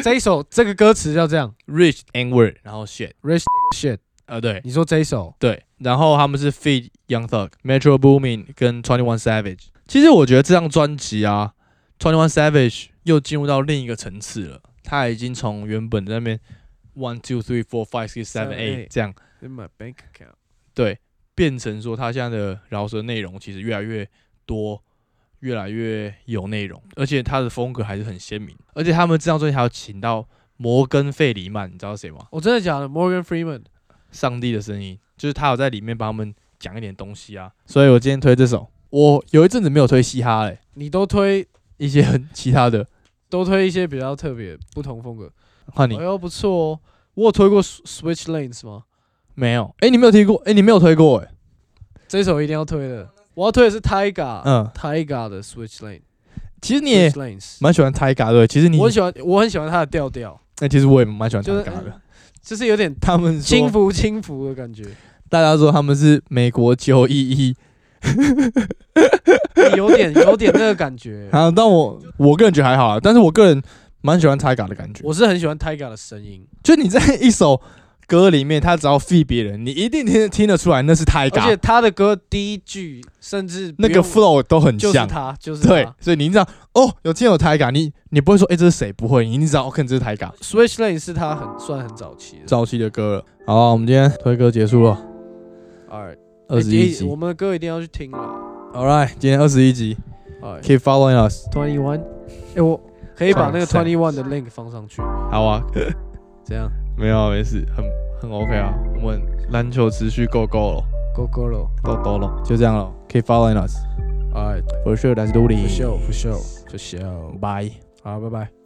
[SPEAKER 2] 这一首这个歌词叫这样
[SPEAKER 1] Rich and Word，然后 Shit，
[SPEAKER 2] ，Rich shit，
[SPEAKER 1] 呃，对
[SPEAKER 2] 你说这一首
[SPEAKER 1] 对，然后他们是 Feed Young Thug、Metro Boomin 跟 Twenty One Savage。其实我觉得这张专辑啊，Twenty One Savage 又进入到另一个层次了，他已经从原本在那边 One Two Three Four Five Six Seven Eight 这样，
[SPEAKER 2] In my bank account，
[SPEAKER 1] 对，变成说他现在的饶舌内容其实越来越多。越来越有内容，而且他的风格还是很鲜明。而且他们这张专辑还有请到摩根费里曼，你知道谁吗？
[SPEAKER 2] 我哦真的假的？Morgan Freeman，
[SPEAKER 1] 上帝的声音，就是他有在里面帮他们讲一点东西啊。所以我今天推这首，我有一阵子没有推嘻哈嘞、
[SPEAKER 2] 你都推
[SPEAKER 1] 一些很其他的。
[SPEAKER 2] 都推一些比较特别不同风格，
[SPEAKER 1] 换你
[SPEAKER 2] 哎呦不错哦，我有推过 Switch Lanes 吗？
[SPEAKER 1] 没有？哎、你没有推过？哎、你没有推过哎、
[SPEAKER 2] 这首一定要推的，我要推的是 Tiger，Tiger、
[SPEAKER 1] 嗯，
[SPEAKER 2] 的 Switch Lane，
[SPEAKER 1] 其实你
[SPEAKER 2] Switch
[SPEAKER 1] 也
[SPEAKER 2] Lanes，
[SPEAKER 1] 蛮喜欢 Tiger 的，其实你
[SPEAKER 2] 我很喜欢，我很喜欢他的调调，
[SPEAKER 1] 那、其实我也蛮喜欢 Tiger
[SPEAKER 2] 就是
[SPEAKER 1] 的。
[SPEAKER 2] 就是有点
[SPEAKER 1] 他们
[SPEAKER 2] 轻
[SPEAKER 1] 说
[SPEAKER 2] 浮轻浮的感觉，
[SPEAKER 1] 大家说他们是美国九一一，
[SPEAKER 2] 有点有点那个 感觉。
[SPEAKER 1] 啊，但我我个人觉得还好啊，但是我个人蛮喜欢 Tiger 的感觉。
[SPEAKER 2] 我是很喜欢 Tiger 的声音，
[SPEAKER 1] 就你在一首歌里面，他只要 feed 别人，你一定听听得出来那是
[SPEAKER 2] 而且
[SPEAKER 1] Tiger，
[SPEAKER 2] 他的歌第一句甚至不
[SPEAKER 1] 那个
[SPEAKER 2] 用
[SPEAKER 1] flow 都很
[SPEAKER 2] 就
[SPEAKER 1] 像
[SPEAKER 2] 是。他，就是
[SPEAKER 1] 对
[SPEAKER 2] 他，。
[SPEAKER 1] 所以你知道哦，有今天有台嘎，你你不会说哎、诶这是谁？不会，你一定知道哦，可能这是台嘎
[SPEAKER 2] Switch Lane 是他很算很早期的。
[SPEAKER 1] 早期的歌了。好啊，我们今天推歌结束了，
[SPEAKER 2] Alright，
[SPEAKER 1] 二十一集
[SPEAKER 2] 我。们的歌一定要去听了。
[SPEAKER 1] All right，今天二十一集
[SPEAKER 2] Alright，Twenty
[SPEAKER 1] ，Keep following us。
[SPEAKER 2] One，哎，我可以把那个
[SPEAKER 1] Twenty
[SPEAKER 2] Twenty One 的 link 放上去，
[SPEAKER 1] 好啊，
[SPEAKER 2] 怎样
[SPEAKER 1] 没有啊没事，很很 OK 啊。我们篮球持续够够了，
[SPEAKER 2] ？Go Go 喽
[SPEAKER 1] 够够了，就这样了。Keep following us。
[SPEAKER 2] ！Alright，
[SPEAKER 1] For sure, that's d o i
[SPEAKER 2] 不
[SPEAKER 1] n
[SPEAKER 2] 秀不秀不秀，
[SPEAKER 1] Bye.
[SPEAKER 2] 好，拜拜。